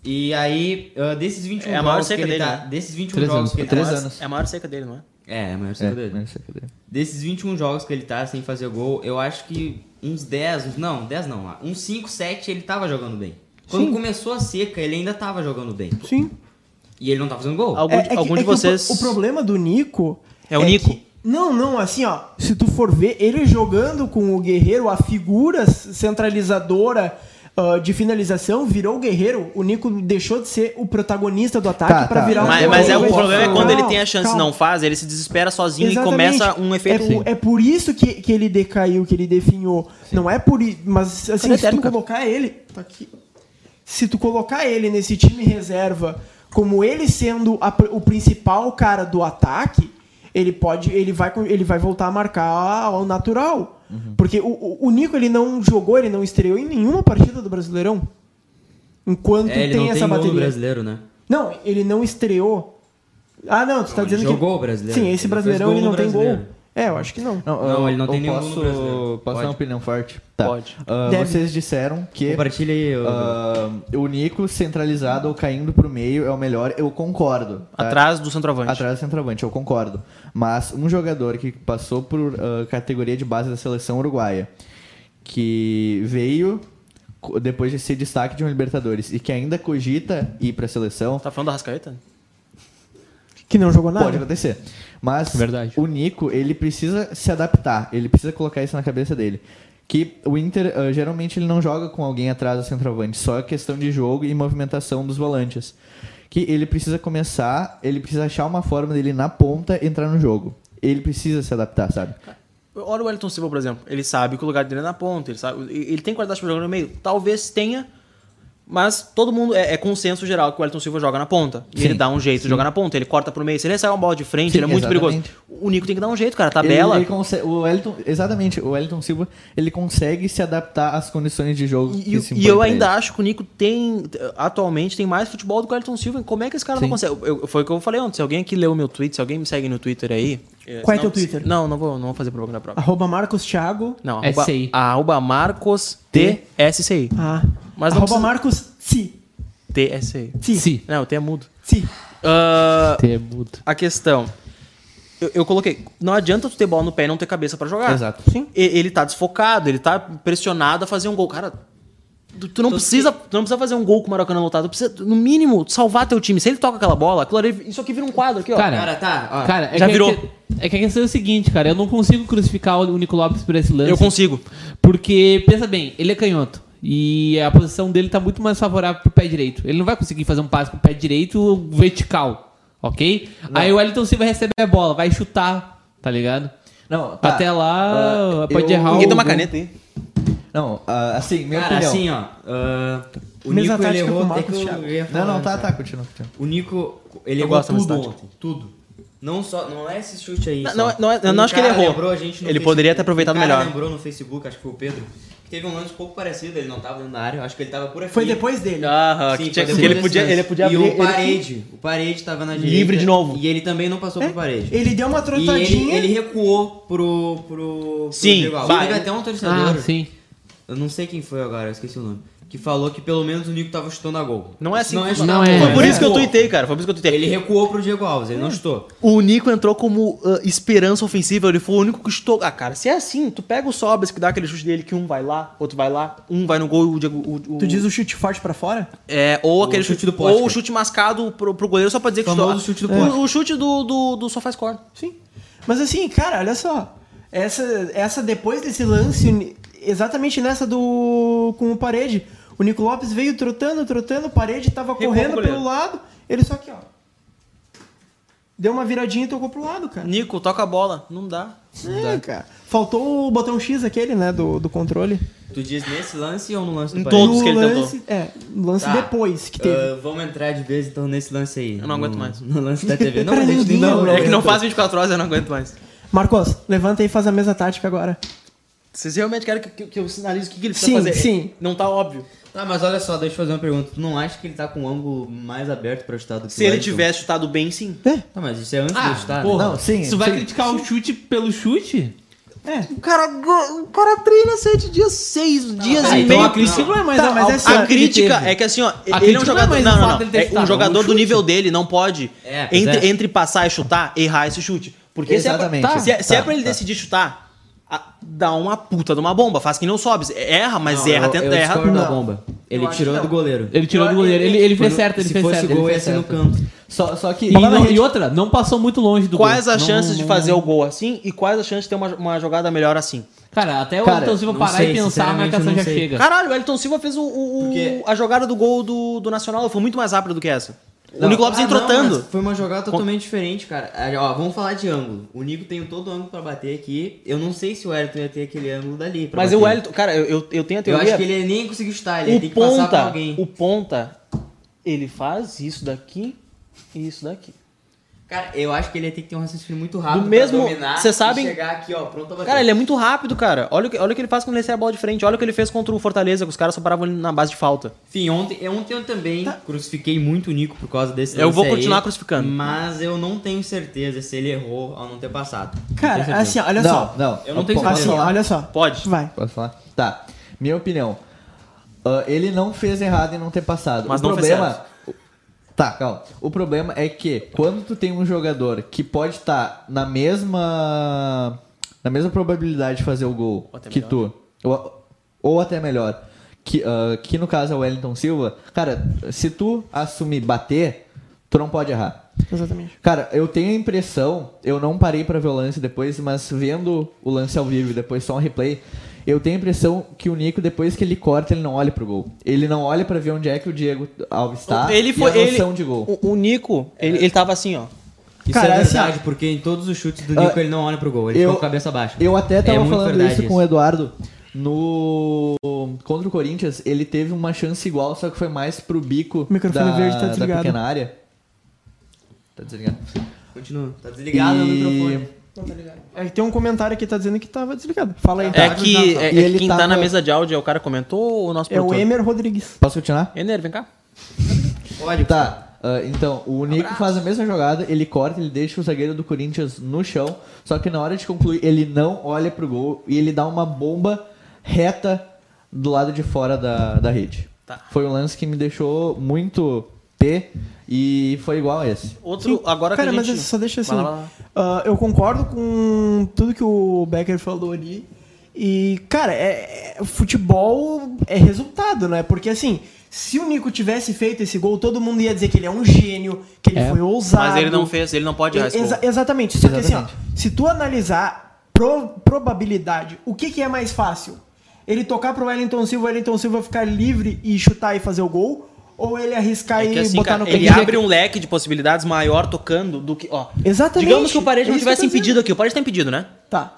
E aí, ah, desses 21 É a maior jogos que seca ele dele, tá. né? Desses 21 Três jogos anos. que ele Três tá. anos. É a maior seca dele, não é? É, é a maior seca É, dele. não sei o que deu. Desses 21 jogos que ele tá sem fazer gol, eu acho que uns 10, uns- não, 10 não, ah, uns 5, 7 ele tava jogando bem. Quando Sim. começou a seca, ele ainda tava jogando bem. Sim. E ele não tá fazendo gol. Algum, de- que- algum é de que o pro- vocês. O, problema do Nico. É o Nico. que- não, não, assim, ó. Se tu for ver, ele jogando com o Guerreiro, a figura s- centralizadora ah, de finalização virou o Guerreiro. O Nico deixou de ser o protagonista do ataque Tá, pra tá. virar Mas, um mas é, o jogador. problema é quando ele Calma, tem a chance e calma. não faz, ele se desespera sozinho Exatamente. e começa um efeito. É, por- é por isso que, que ele decaiu, que ele definhou. Não é por isso. Mas assim, Cadê se tu Terno, cara? colocar ele. Tá aqui. Se tu colocar ele nesse time reserva, como ele sendo a pr- o principal cara do ataque, ele pode. Ele vai, com- ele vai voltar a marcar ao natural. Uhum. Porque o, o, o Nico ele não jogou, ele não estreou em nenhuma partida do Brasileirão. Enquanto é, ele tem não essa tem gol no bateria. brasileiro, né? Não, ele não estreou. Ah, não, tu tá ele dizendo que. jogou o Brasileiro. Sim, Ele esse fez brasileirão gol ele no não tem gol. Brasileiro. É, eu acho que não. Não, eu- ele não eu tem nenhum posso, no brasileiro. Posso dar Pode. uma opinião forte? Tá. Pode. Ah, Deve. vocês disseram que Compartilha aí, ô, ah, o Nico centralizado ou caindo pro meio é o melhor. Eu concordo. tá? Atrás do centroavante. Atrás do centroavante, eu concordo. Mas um jogador que passou por ah, categoria de base da seleção uruguaia, que veio co- depois de ser destaque de um Libertadores e que ainda cogita ir pra seleção, Tá falando da Rascaeta? Que não jogou nada. Pode acontecer. Mas Verdade. o Nico, ele precisa se adaptar, ele precisa colocar isso na cabeça dele. Que o Inter, ah, geralmente, ele não joga com alguém atrás do centroavante, só é questão de jogo e movimentação dos volantes. Que ele precisa começar, ele precisa achar uma forma dele na ponta entrar no jogo. Ele precisa se adaptar, sabe? Olha o Wellington Silva, por exemplo. Ele sabe que o lugar dele é na ponta, ele sabe. e- Ele tem qualidade pra jogar no meio? Talvez tenha. Mas todo mundo. É, é consenso geral que o Elton Silva joga na ponta. E Ele dá um jeito de jogar na ponta. Ele corta pro meio. Se ele sair uma bola de frente, Sim, ele é muito exatamente. perigoso. O Nico tem que dar um jeito, cara. Tabela. Ele, ele consegue, o Elton, exatamente, o Elton Silva, ele consegue se adaptar às condições de jogo. E, que se e impõem eu pra ainda ele. acho que o Nico tem, atualmente, tem mais futebol do que o Elton Silva. Como é que esse cara não Sim. consegue? Eu- eu- foi o que eu falei ontem. Se alguém aqui leu o meu tweet, se alguém me segue no Twitter aí... eh, Qual é não- teu Twitter? Não, não vou, não vou fazer propaganda própria. Arroba Marcos Thiago. Não, arroba, SCI. arroba marcos TSCI. Ah. Mas não arroba precisa- Marcos Tsi. TSCI. Tsi. Sim. Não, o T é mudo. Tsi. Ah, Ter mudo. a questão... Eu, eu coloquei, não adianta tu ter bola no pé e não ter cabeça pra jogar. Exato. Sim. E- Ele tá desfocado, ele tá pressionado a fazer um gol. Cara, tu, tu não precisa, tu não precisa fazer um gol com o Maracanã lotado. Tu precisa, tu, no mínimo, salvar teu time. Se ele toca aquela bola, aquilo ali- isso aqui vira um quadro aqui, ó. Cara, Cara, tá, ó. Cara, é Já que, virou. É que a questão é o seguinte, cara. Eu não consigo crucificar o Nico Lopes por esse lance. eu consigo. Porque, pensa bem, ele é canhoto. E a posição dele tá muito mais favorável pro pé direito. Ele não vai conseguir fazer um passe com o pé direito vertical, ok? Aí o Wellington Silva recebe a bola, vai chutar, tá ligado? Não, tá. Até lá, Ah, pode eu- errar Ninguém o tem uma gol. caneta aí. Não, ah, assim, minha Cara, opinião. assim, ó. ah, o Nico Mesma ele tática errou. com o é que Marcos eu Thiago. ia Não, falar, não, tá, sabe? tá, continua. continua. O Nico, ele Eu errou gosto dessa tudo tática. ontem. Tudo. Não, só, não é esse chute aí. Não, só. não, não é- eu não Um acho que ele cara errou. lembrou a gente no Ele poderia ter aproveitado um cara melhor. lembrou no Facebook, acho que foi o Pedro, que teve um lance um pouco parecido, ele não tava dentro da área, eu acho que ele tava por aqui. Foi depois dele. Aham, Sim, Ah, que foi tinha- que depois ele desse podia, lance. ele podia E abrir. o ele- parede, o parede tava na direita. Livre de novo. É? E ele também não passou por parede. Ele deu uma E ele, trotadinha. ele recuou pro. pro, pro Sim, Diego Alves. vai. Teve até um torcedor. Ah, sim. Eu não sei quem foi agora, eu esqueci o nome. Que falou que pelo menos o Nico tava chutando a gol. Não é assim que chutar não a é. gol, Foi por ele isso que eu recuou. tuitei, cara. Foi por isso que eu tuitei. Ele recuou pro Diego Alves, ele não chutou. O Nico entrou como ah, esperança ofensiva, ele foi o único que estou. Ah, cara, se é assim, tu pega o Sobres que dá aquele chute dele que um vai lá, outro vai lá, um vai no gol e o Diego. O, o- Tu diz o chute forte pra fora? É, ou aquele chute chute, do poste, Ou o cara. chute mascado pro, pro goleiro só pra dizer que Famoso chutou. chute do É. poste. O, o chute do, do, do SofaScore. Sim. Mas assim, cara, olha só. Essa, essa depois desse lance, exatamente nessa do. com o parede. O Nico Lopes veio trotando, trotando, o parede tava Recuou correndo pro goleiro. pelo lado. Ele só aqui, ó. Deu uma viradinha e tocou pro lado, cara. Nico, toca a bola. Não dá. É, cara. Faltou o botão X aquele, né? Do, do controle. Tu diz nesse lance ou no lance Em do todos No que ele lance, É, no lance Tá. depois que teve. Ah, vamos entrar de vez então nesse lance aí. Eu não aguento no, mais. No lance da TV. Não, Cara, mas a gente tem ninguém não, aguenta. É que não faz 24 horas, eu não aguento mais. Marcos, levanta e faz a mesma tática agora. Vocês realmente querem que, que- que eu sinalize o que, que ele Sim, precisa fazer? sim. Não tá óbvio. Tá, mas olha só, deixa eu fazer uma pergunta. Tu não acha que ele tá com o ângulo mais aberto pra chutar do que Se o ele Edson? tivesse chutado bem, sim. Tá, mas isso é antes Ah, de chutar. porra. Não, sim. Tu vai sim. criticar o chute pelo chute? É. O cara, o cara treina sete dias, seis dias tá, e então meio. Tá, a crítica não é Tá, mais- mas é assim, ó, A ele crítica teve. é que assim, ó, ele é crítica um não é jogador. mais o Não, fato não, dele não. ter É chutado, um é um jogador do chute. nível dele não pode, É, pois entre, é. entre passar e chutar, errar esse chute. Porque se é pra- Exatamente. se é, se é Tá, pra ele tá. decidir chutar, a- dá uma puta de uma bomba. Faz que não sobe. Erra, mas Não, erra, eu, tenta eu erra. discordo da Não. bomba. Ele Eu acho tirou que do goleiro. Ele tirou do goleiro. Ele, ele fez certo, ele se fez fosse certo. ele gol, ia fez ser no certo. canto. Só, só que. E, não- e outra, não passou muito longe do Quais gol. as Não- chances de não- fazer o gol assim e quais as chances de ter uma, uma jogada melhor assim? Cara, até o Cara, Wellington Silva não parar sei, e pensar, a sinceramente, marcação eu não já sei. chega. Caralho, o Elton Silva fez o, o- o- Porque- a jogada do gol do, do Nacional. Foi muito mais rápida do que essa. Não. O Nico Lopes Ah, vem não, trotando. mas foi uma jogada totalmente diferente, cara. Ah, Ó, vamos falar de ângulo. O Nico tem todo o ângulo pra bater aqui. Eu não sei se o Wellington ia ter aquele ângulo dali. pra Mas bater. o Wellington, cara, eu- eu, eu tenho a Eu teoria. acho que ele ia nem conseguiu chutar, ele ia ter o que passar pra ponta, alguém. o ponta, ele faz isso daqui e isso daqui. Cara, eu acho que ele ia ter que ter um raciocínio muito rápido Do mesmo- pra dominar cê e sabem- chegar aqui, ó, pronto a bater. Cara, ele é muito rápido, cara. Olha o que, olha o que ele faz quando ele recebe a bola de frente. Olha o que ele fez contra o Fortaleza, que os caras só paravam ele na base de falta. Enfim, ontem, eu- ontem eu também crucifiquei muito o Nico por causa desse Tá. Eu lance vou aí, continuar crucificando. Mas eu não tenho certeza se ele errou ao não ter passado. Não tenho Cara, assim, certeza. ó, olha não, só. Não, Eu não tenho Assim, certeza. ó, olha só. Pode. Vai. Posso falar? Tá. Minha opinião. Ah, ele não fez errado em não ter passado. Mas o não fez problema. Tá, calma. O problema é que quando tu tem um jogador que pode estar na mesma. na mesma probabilidade de fazer o gol até que tu. Ou, ou até melhor. Que, ah, que no caso é o Wellington Silva, cara, se tu assumir bater, tu não pode errar. Exatamente. Cara, eu tenho a impressão, eu não parei pra ver o lance depois, mas vendo o lance ao vivo e depois só um replay, eu tenho a impressão que o Nico, depois que ele corta, ele não olha pro gol. Ele não olha pra ver onde é que o Diego Alves tá ele foi e a ele noção de gol. O, o Nico, ele, ele tava assim, ó. Isso Cara, é assim, verdade, porque em todos os chutes do Ah, Nico ele não olha pro gol, ele eu- ficou com a cabeça baixa. É Eu até tava muito falando verdade isso com o Eduardo. No contra o Corinthians, ele teve uma chance igual, só que foi mais pro bico O microfone da, verde tá da desligado. pequena área. Tá desligado. Continua. Tá desligado o E- microfone. Não tá ligado. É que tem um comentário aqui tá dizendo que tava desligado. Fala aí. É Tá. que, é, E é ele que quem tá tava- na mesa de áudio é o cara que comentou ou o nosso É o produtor? Emer Rodrigues. Posso continuar? Ener, vem cá. Pode. Tá. ah, então, o Nico faz a mesma jogada, ele corta, ele deixa o zagueiro do Corinthians no chão, só que na hora de concluir, ele não olha pro gol e ele dá uma bomba reta do lado de fora da, da rede. Tá. Foi um lance que me deixou muito pé e foi igual a esse. Outro, agora Cara, que a mas gente... só deixa assim. Vai lá, vai lá. Ah, eu concordo com tudo que o Becker falou ali. E, cara, é, é- futebol é resultado, né? Porque, assim, se o Nico tivesse feito esse gol, todo mundo ia dizer que ele é um gênio, que ele É. foi ousado. Mas ele não fez, ele não pode errar esse gol. Exa- exatamente. Só que assim, ó, Exatamente. se tu analisar pro- probabilidade, o que, que é mais fácil? Ele tocar pro Wellington Silva, o Wellington Silva ficar livre e chutar e fazer o gol? Ou ele arriscar É que e assim, botar cara, no ele canto? abre um leque de possibilidades maior tocando do que, ó. Exatamente. Digamos que o Paredes não É isso que eu tivesse tô dizendo. impedido aqui. O Paredes tá impedido, né? Tá.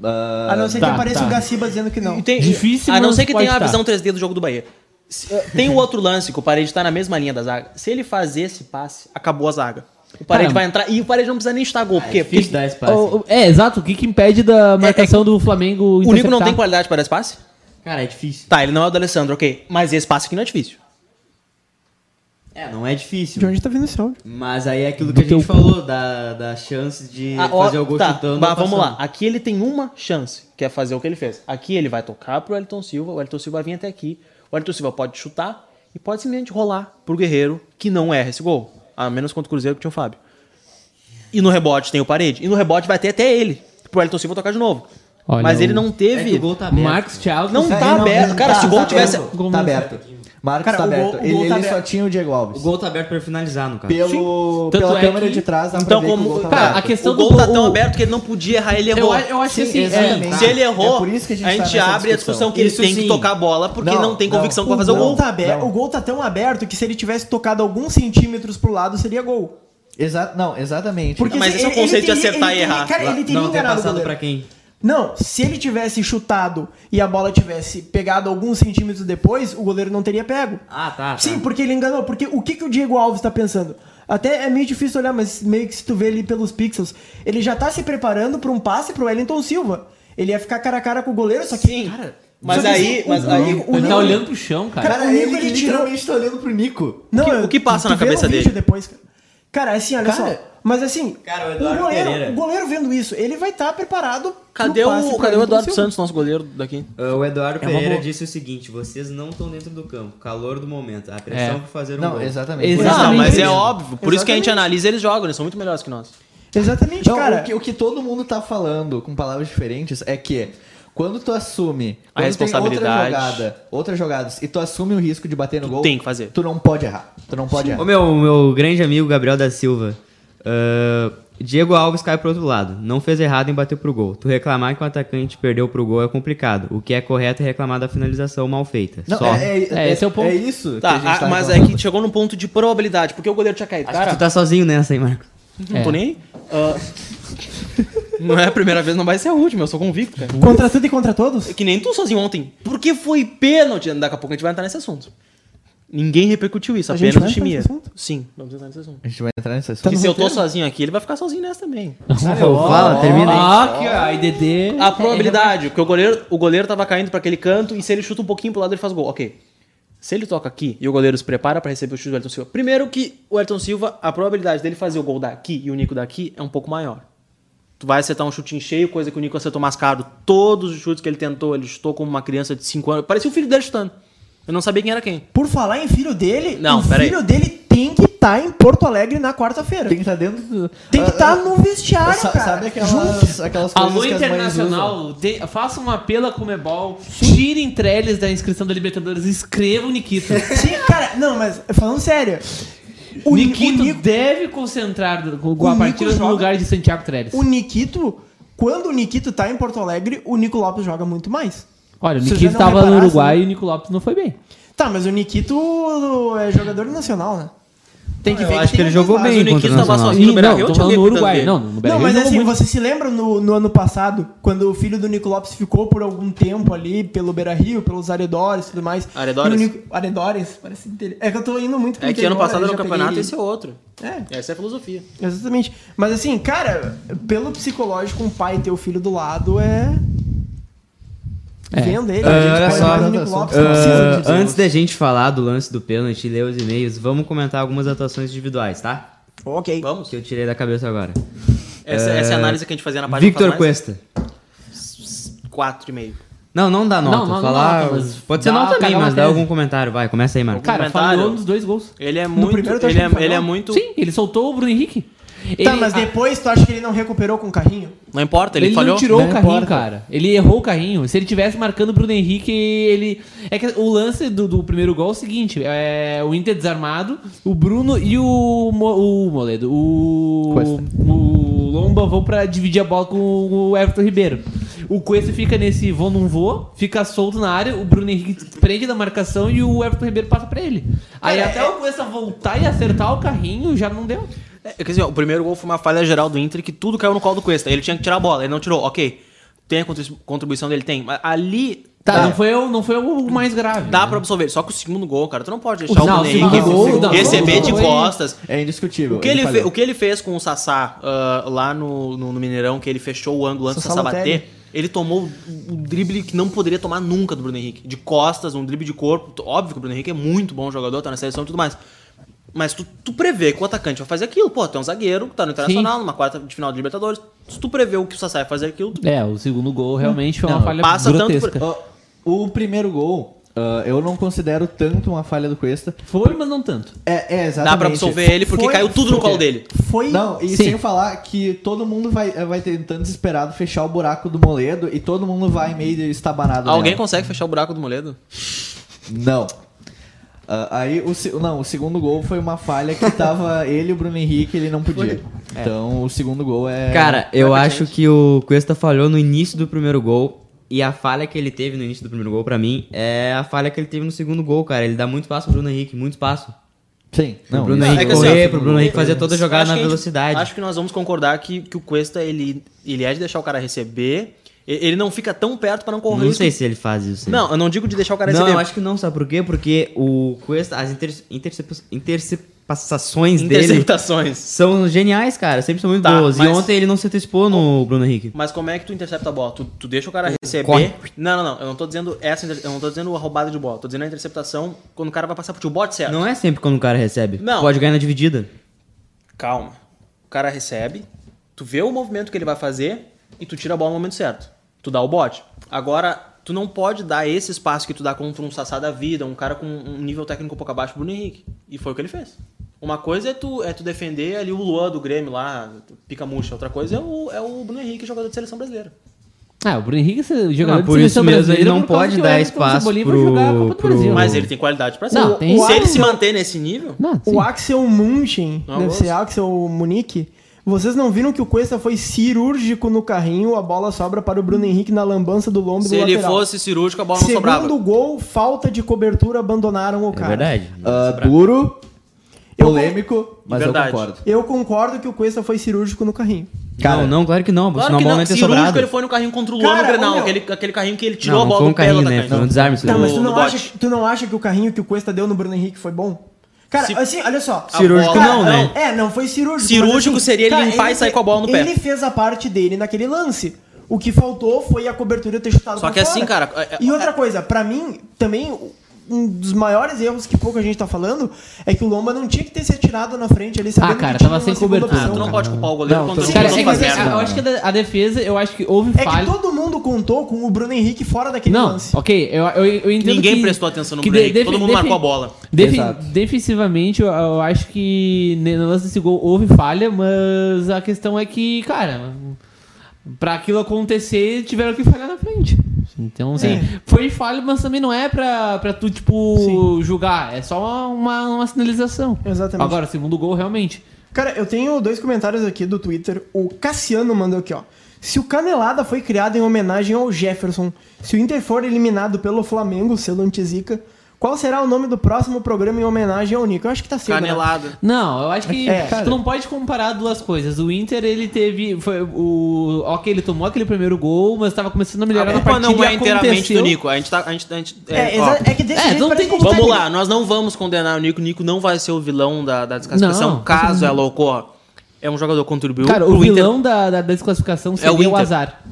Ah, A não ser que tá, apareça tá. o Gaciba dizendo que não. É. E tem- Difícil, A não mas ser que pode tenha a tá. visão 3D do jogo do Bahia. Se- eh, Tem o outro lance que o Paredes tá na mesma linha da zaga. Se ele fazer esse passe, acabou a zaga. O Paredes Cara, vai entrar e o Paredes não precisa nem chutar Ah, gol. Por é quê? Porque Difícil né? dar espaço. Oh, oh, é, exato. O que, que impede da marcação do Flamengo o Nico não tem interceptar? qualidade para dar esse passe? Cara, é difícil. Tá, ele não é o do Alessandro, ok. Mas esse passe aqui não é difícil. É, não é difícil. De onde tá vindo esse áudio? Mas aí é aquilo que a teu gente falou, da, da chance de Ah, ó, fazer o gol tá, chutando. mas ou vamos lá. passando. Aqui ele tem uma chance, que é fazer o que ele fez. Aqui ele vai tocar pro Elton Silva, o Elton Silva vai vir até aqui. O Elton Silva pode chutar e pode simplesmente rolar pro Guerreiro, que não erra esse gol. A menos contra o Cruzeiro que tinha o Fábio. E no rebote tem o Parede. E no rebote vai ter até ele, pro Elton Silva tocar de novo. Olha, Mas ele o- não É que teve. o gol tá aberto. Marcos Thiago. Não É, tá não, aberto. não Cara, tá, se o gol tá tivesse- aberto. Gol Tá não aberto. Marcos Cara, tá o gol- aberto. o Ele, gol tá ele só aberto. tinha o Diego Alves. O gol tá aberto pra finalizar, no caso. Pelo, Tanto pela é câmera que- de trás, dá pra Então, ver que o como. gol tá Cara, aberto. a questão o gol do- tá tão o- aberto que ele não podia errar, ele Eu, errou. eu acho Sim, assim, exatamente. é, Se ele É errou, por isso que a gente tá nessa abre a discussão discussão que ele Isso tem que sim. tocar a bola porque Não, não, tem não. convicção que O vai fazer o gol, gol. tá aberto, Não. o gol tá tão aberto que se ele tivesse tocado alguns centímetros pro lado seria gol. Exa não, exatamente. Porque Mas se- esse é o ele- ele conceito de teria- acertar ele e teria- errar. Cara, É, ele teria não ter enganado o passado goleiro. pra quem? Não, se ele tivesse chutado e a bola tivesse pegado alguns centímetros depois, o goleiro não teria pego. Ah, tá. tá. Sim, porque ele enganou. Porque o que, que o Diego Alves tá pensando? Até é meio difícil olhar, mas meio que se tu vê ali pelos pixels, ele já tá se preparando pra um passe pro Wellington Silva. Ele ia ficar cara a cara com o goleiro, só que. Sim. cara, Mas só que aí- assim, mas o aí- Nico- o ele Nico- tá olhando pro chão, cara. Cara, o Nico, ele tirou- tá olhando pro Nico. Não, que- eu- o que passa tu na vê cabeça no vídeo dele? Depois, cara. cara, assim, olha Cara, só. Mas assim, cara, o o, Eduardo goleiro, Pereira. o goleiro vendo isso, ele vai estar preparado. pro Cadê passe o, pro cadê o Wellington Eduardo Silva. Santos, nosso goleiro daqui? Uh, o Eduardo uma Pereira boa. disse o seguinte: vocês não estão dentro do campo. Calor do momento. A pressão É. por fazer um Não, gol. exatamente. Exato. Não, Exatamente. mas é óbvio. Por isso que a gente Exatamente. analisa eles jogam, eles são muito melhores que nós. Exatamente, Não, cara. Tipo, o, que, o que todo mundo tá falando com palavras diferentes é que quando tu assume A quando tem responsabilidade. outra jogada, outras jogadas e tu assume o risco de bater no gol, tem que fazer. Tu não pode errar. Tu não pode É. Ô errar. meu, meu grande amigo Gabriel da Silva. ah, Diego Alves cai pro outro lado. Não fez errado em bater pro gol. Tu reclamar que o atacante perdeu pro gol é complicado. O que é correto é reclamar da finalização mal feita. Não, Só. é, É, esse é o ponto. É isso. que Tá, a gente tá ah, mas é reclamando. que chegou num ponto de probabilidade, porque o goleiro tinha caído. Acho que Cara, tu tá sozinho nessa, hein, Marco? não tô É. nem. aí. tá- Ah, não é a primeira vez, não vai ser a última, eu sou convicto, cara. Contra tudo e contra todos? Que nem tu sozinho ontem. Porque foi pênalti. Daqui a pouco a gente vai entrar nesse assunto. Ninguém repercutiu isso, A gente apenas vai o entrar Chimia. nesse assunto? Sim, vamos entrar nesse assunto. A gente vai entrar nesse assunto. Tá e no se eu tô roteiro? sozinho aqui, ele vai ficar sozinho nessa também. Fala, termina aí. Ah, que- ai, Dedê. A probabilidade, é- porque o goleiro, o goleiro tava caindo pra aquele canto e se ele chuta um pouquinho pro lado, ele faz gol. Ok. Se ele toca aqui e o goleiro se prepara pra receber o chute do Elton Silva. Primeiro que o Elton Silva, a probabilidade dele fazer o gol daqui e o Nico daqui é um pouco maior. Tu vai acertar um chute em cheio, coisa que o Nico acertou mascado. Todos os chutes que ele tentou, ele chutou como uma criança de 5 anos. Parecia o filho dele chutando. Eu não sabia quem era quem. Por falar em filho dele, Não, o pera aí. filho dele tem que estar em Porto Alegre na quarta-feira. Tem Tem, que estar dentro do... que Ah, estar no vestiário, sa- cara. Sabe Junto. aquelas, aquelas coisas Alô que as mães usam? Internacional, te- faça um apelo à Comebol, tirem Trellis da inscrição da Libertadores, escreva o Nikita. Sim, cara, não, mas falando sério. O Ni- Nikito o Nico- deve concentrar com O a Nico partida no joga- lugar de Santiago Trellis. O Nikito, quando o Nikito tá em Porto Alegre, o Nico Lopes joga muito mais. Olha, o Se Nikito você não tava no reparasse, Uruguai né? e o Nico Lopes não foi bem. Tá, mas o Nikito é jogador nacional, né? tem que Eu ver acho que tem ele alguns jogou lados. bem. O Enquanto Nikita o Nacional. tava Sozinho no Ih, Beira-Rio, não, eu tô tinha falando no lido Uruguai. também. Não, no Não, Brasil mas jogou assim, muito. vocês se lembram no, no ano passado, quando o filho do Nico Lopes ficou por algum tempo ali pelo Beira Rio, pelos Aredores e tudo mais. Aredores? E o Nico- Aredores, parece dele. É que eu tô indo muito pro É que ano interior, passado eu era um já campeonato e peguei- esse é outro. É, Essa é a filosofia. exatamente. Mas assim, cara, pelo psicológico, um pai ter o filho do lado é. É. Vendo ele, Ah, a gente olha pode só. falar do Nico Lopes, Ah, não precisa de Ah, antes da gente falar do lance do pênalti e ler os e-mails, vamos comentar algumas atuações individuais, tá? Ok. Vamos. Que eu tirei da cabeça agora. Essa, É. essa é a análise que a gente fazia na página. Victor Cuesta. 4,5. Não, não dá nota. Não, não dá falar, nota, mas pode ser dá nota também, cagar uma mas dá tese. algum comentário. Vai, começa aí, Marco. Cara, comentário. falhou nos dois gols. Ele é muito. primeiro tu ele, achou que é, ele é falhou? muito. Sim, ele soltou o Bruno Henrique. Tá, Ele- mas a- depois tu acha que ele não recuperou com o carrinho? Não importa, ele, Ele, falhou. não tirou Não o carrinho, importa. cara. Ele errou o carrinho. Se ele tivesse marcando o Bruno Henrique, ele. É que o lance do, do primeiro gol é o seguinte: é o Inter desarmado, o Bruno e o. Mo- o Moledo. O. Cuesta. O Lomba vão pra dividir a bola com o Everton Ribeiro. O Cuesta fica nesse vou não vou, fica solto na área, o Bruno Henrique prende da marcação e o Everton Ribeiro passa pra ele. Aí Cara, até é- o Cuesta voltar e acertar o carrinho já não deu. É, quer dizer, ó, o primeiro gol foi uma falha geral do Inter que tudo caiu no colo do Cuesta. Ele tinha que tirar a bola, ele não tirou. Ok. Tem a contribu- contribuição dele? Tem. Mas ali. Tá, dá, não foi, o- não foi o mais grave. dá né? pra absolver. Só que o segundo gol, cara, tu não pode deixar Não, o o Bruno segundo Henrique gol, não, receber o de segundo gol foi- costas. É indiscutível. O que ele, fe- falhou. o que ele fez com o Sassá ah, lá no, no, no Mineirão, que ele fechou o ângulo antes do Sassá Sassá Lotelli. bater, ele tomou o o drible que não poderia tomar nunca do Bruno Henrique. De costas, um drible de corpo. T- Óbvio que o Bruno Henrique é muito bom jogador, tá na seleção e tudo mais. Mas tu, tu prevê que o atacante vai fazer aquilo. Pô, tu é um zagueiro que tá no Internacional, numa quarta de final de Libertadores. Se tu prevê o que o Sassá vai fazer aquilo, tu É, o segundo gol realmente foi uma Não, falha passa tanto por- grotesca. Ó, o primeiro gol, ah, eu não considero tanto uma falha do Cuesta. Foi, mas não tanto. É, é exatamente. dá pra absolver ele porque Foi- caiu tudo no colo dele. Foi. Não, e Sim. sem falar que todo mundo vai, eh, vai tentando desesperado fechar o buraco do Moledo e todo mundo vai meio estabanado. Alguém nela. consegue fechar o buraco do Moledo? Não. Ah, aí, o, se- não, o segundo gol foi uma falha que tava ele e o Bruno Henrique, ele não podia. Então, o segundo gol é... Cara, eu acho que o Cuesta falhou no início do primeiro gol. E a falha que ele teve no início do primeiro gol, pra mim, é a falha que ele teve no segundo gol, cara. Ele dá muito espaço pro Bruno Henrique, muito espaço. Sim. Pro Bruno isso- Henrique É que assim, correr, ó, pro Bruno Henrique fazer toda a jogada Acho na que a gente- velocidade. acho que nós vamos concordar que, que o Cuesta, ele, ele é de deixar o cara receber. e- Ele não fica tão perto pra não correr Não risco. sei se ele faz isso. Não, eu não digo de deixar o cara Não, receber. eu acho que não, sabe por quê? Porque o Cuesta, as inter- intercep- interceptações dele Interceptações. são geniais, cara. Sempre são muito Tá, boas. E mas- ontem ele não se antecipou no Bruno Henrique. Mas como é que tu intercepta a bola? Tu, tu deixa o cara receber. corre. Não, não, não. Eu não tô dizendo essa. inter- Eu não tô dizendo a roubada de bola. Tô dizendo a interceptação quando o cara vai passar pro tio. Bote certo. Não é sempre quando o cara recebe. Não. Pode ganhar na dividida. Calma. O cara recebe, tu vê o movimento que ele vai fazer e tu tira a bola no momento certo. Tu dá o bote. Agora, tu não pode dar esse espaço que tu dá contra um Sassá da vida, um cara com um nível técnico um pouco abaixo do Bruno Henrique. E foi o que ele fez. Uma coisa é tu, é tu defender ali o Luan do Grêmio lá, pica murcha. Outra coisa é o, é o Bruno Henrique, jogador de seleção brasileira. Ah, o Bruno Henrique é jogador Não, por de isso seleção mesmo, brasileira. ele não por causa pode que o dar Everton espaço Cebolinha vai pro- jogar a Copa do pro- Brasil. Mas ele tem qualidade pra ser. Não, O- tem Se isso. ele se manter nesse nível... Não, sim. O Axel Munchen, Não, deve gosto. ser Axel Munique. Vocês não viram que o Cuesta foi cirúrgico no carrinho, a bola sobra para o Bruno Henrique na lambança do lombo Se do ele lateral. fosse cirúrgico, a bola não Segundo sobrava. gol, falta de cobertura, abandonaram o É cara. verdade. Ah, duro, Eu- polêmico, mas Verdade. eu concordo. Eu concordo que o Cuesta foi cirúrgico no carrinho. não, não, claro que não. Claro senão que a bola não, não ia é ter cirúrgico sobrado. ele foi no carrinho contra o Luan Cara, no Grenal, ô, meu. aquele, aquele carrinho que ele tirou Não, a não bola foi um do pé do carrinho, né? atacante. Foi um desarme. isso Tá, daí. mas tu no não, bote. acha, tu não acha que o carrinho que o Cuesta deu no Bruno Henrique foi bom? Cara, Se- assim, olha só. A Cirúrgico bola- não, né? É, não foi cirúrgico. Cirúrgico mas seria ele limpar e fe- sair com a bola no pé. Ele fez a parte dele naquele lance. O que faltou foi a cobertura ter chutado Só pra que assim, fora. cara, é- é- E outra coisa, pra mim, também... Um dos maiores erros que pouca gente tá falando é que o Lomba não tinha que ter se atirado na frente ali, sabendo Ah, cara, que tinha tava uma sem segunda cobertura. Ah, tu opção. não Não, pode cara. culpar o goleiro Não, quando tô- o Cara, cara é que, não assim, faz Sim, merda. a- eu acho que da- a defesa, eu acho que houve É que falha. todo mundo contou com o Bruno Henrique fora daquele Não, lance. ok, eu, eu, eu entendo Ninguém que- prestou atenção no que Bruno de- Henrique, todo defi- mundo defi- marcou a bola. defi- Exato. defensivamente, eu, eu acho que ne- no lance desse gol houve falha, mas a questão é que, cara, pra aquilo acontecer, tiveram que falhar na frente. Então, assim, É. foi falha, mas também não é pra, pra tu, tipo, julgar. É só uma, uma, uma sinalização. Exatamente. Agora, segundo gol, realmente. Cara, eu tenho dois comentários aqui do Twitter. O Cassiano mandou aqui, ó. Se o Canelada foi criado em homenagem ao Jefferson, se o Inter for eliminado pelo Flamengo, selo antizica, Qual será o nome do próximo programa em homenagem ao Nico? Eu acho que tá cedo. né? Canelada. Não, eu acho que É, cara. tu não pode comparar duas coisas. O Inter, ele teve. Foi, o, ok, ele tomou aquele primeiro gol, mas tava começando a A melhorar na culpa partida. não é e inteiramente aconteceu. do Nico. A gente tá. A gente, a gente, É, ó, exa- é que desse É, jeito não parece tem que a gente Vamos tá- lá, nós não vamos condenar o Nico. O Nico não vai ser o vilão da, da desclassificação, Não. caso ela ocorra. É um jogador que contribuiu. Cara, o pro Inter. vilão da, da desclassificação seria o, Inter. azar.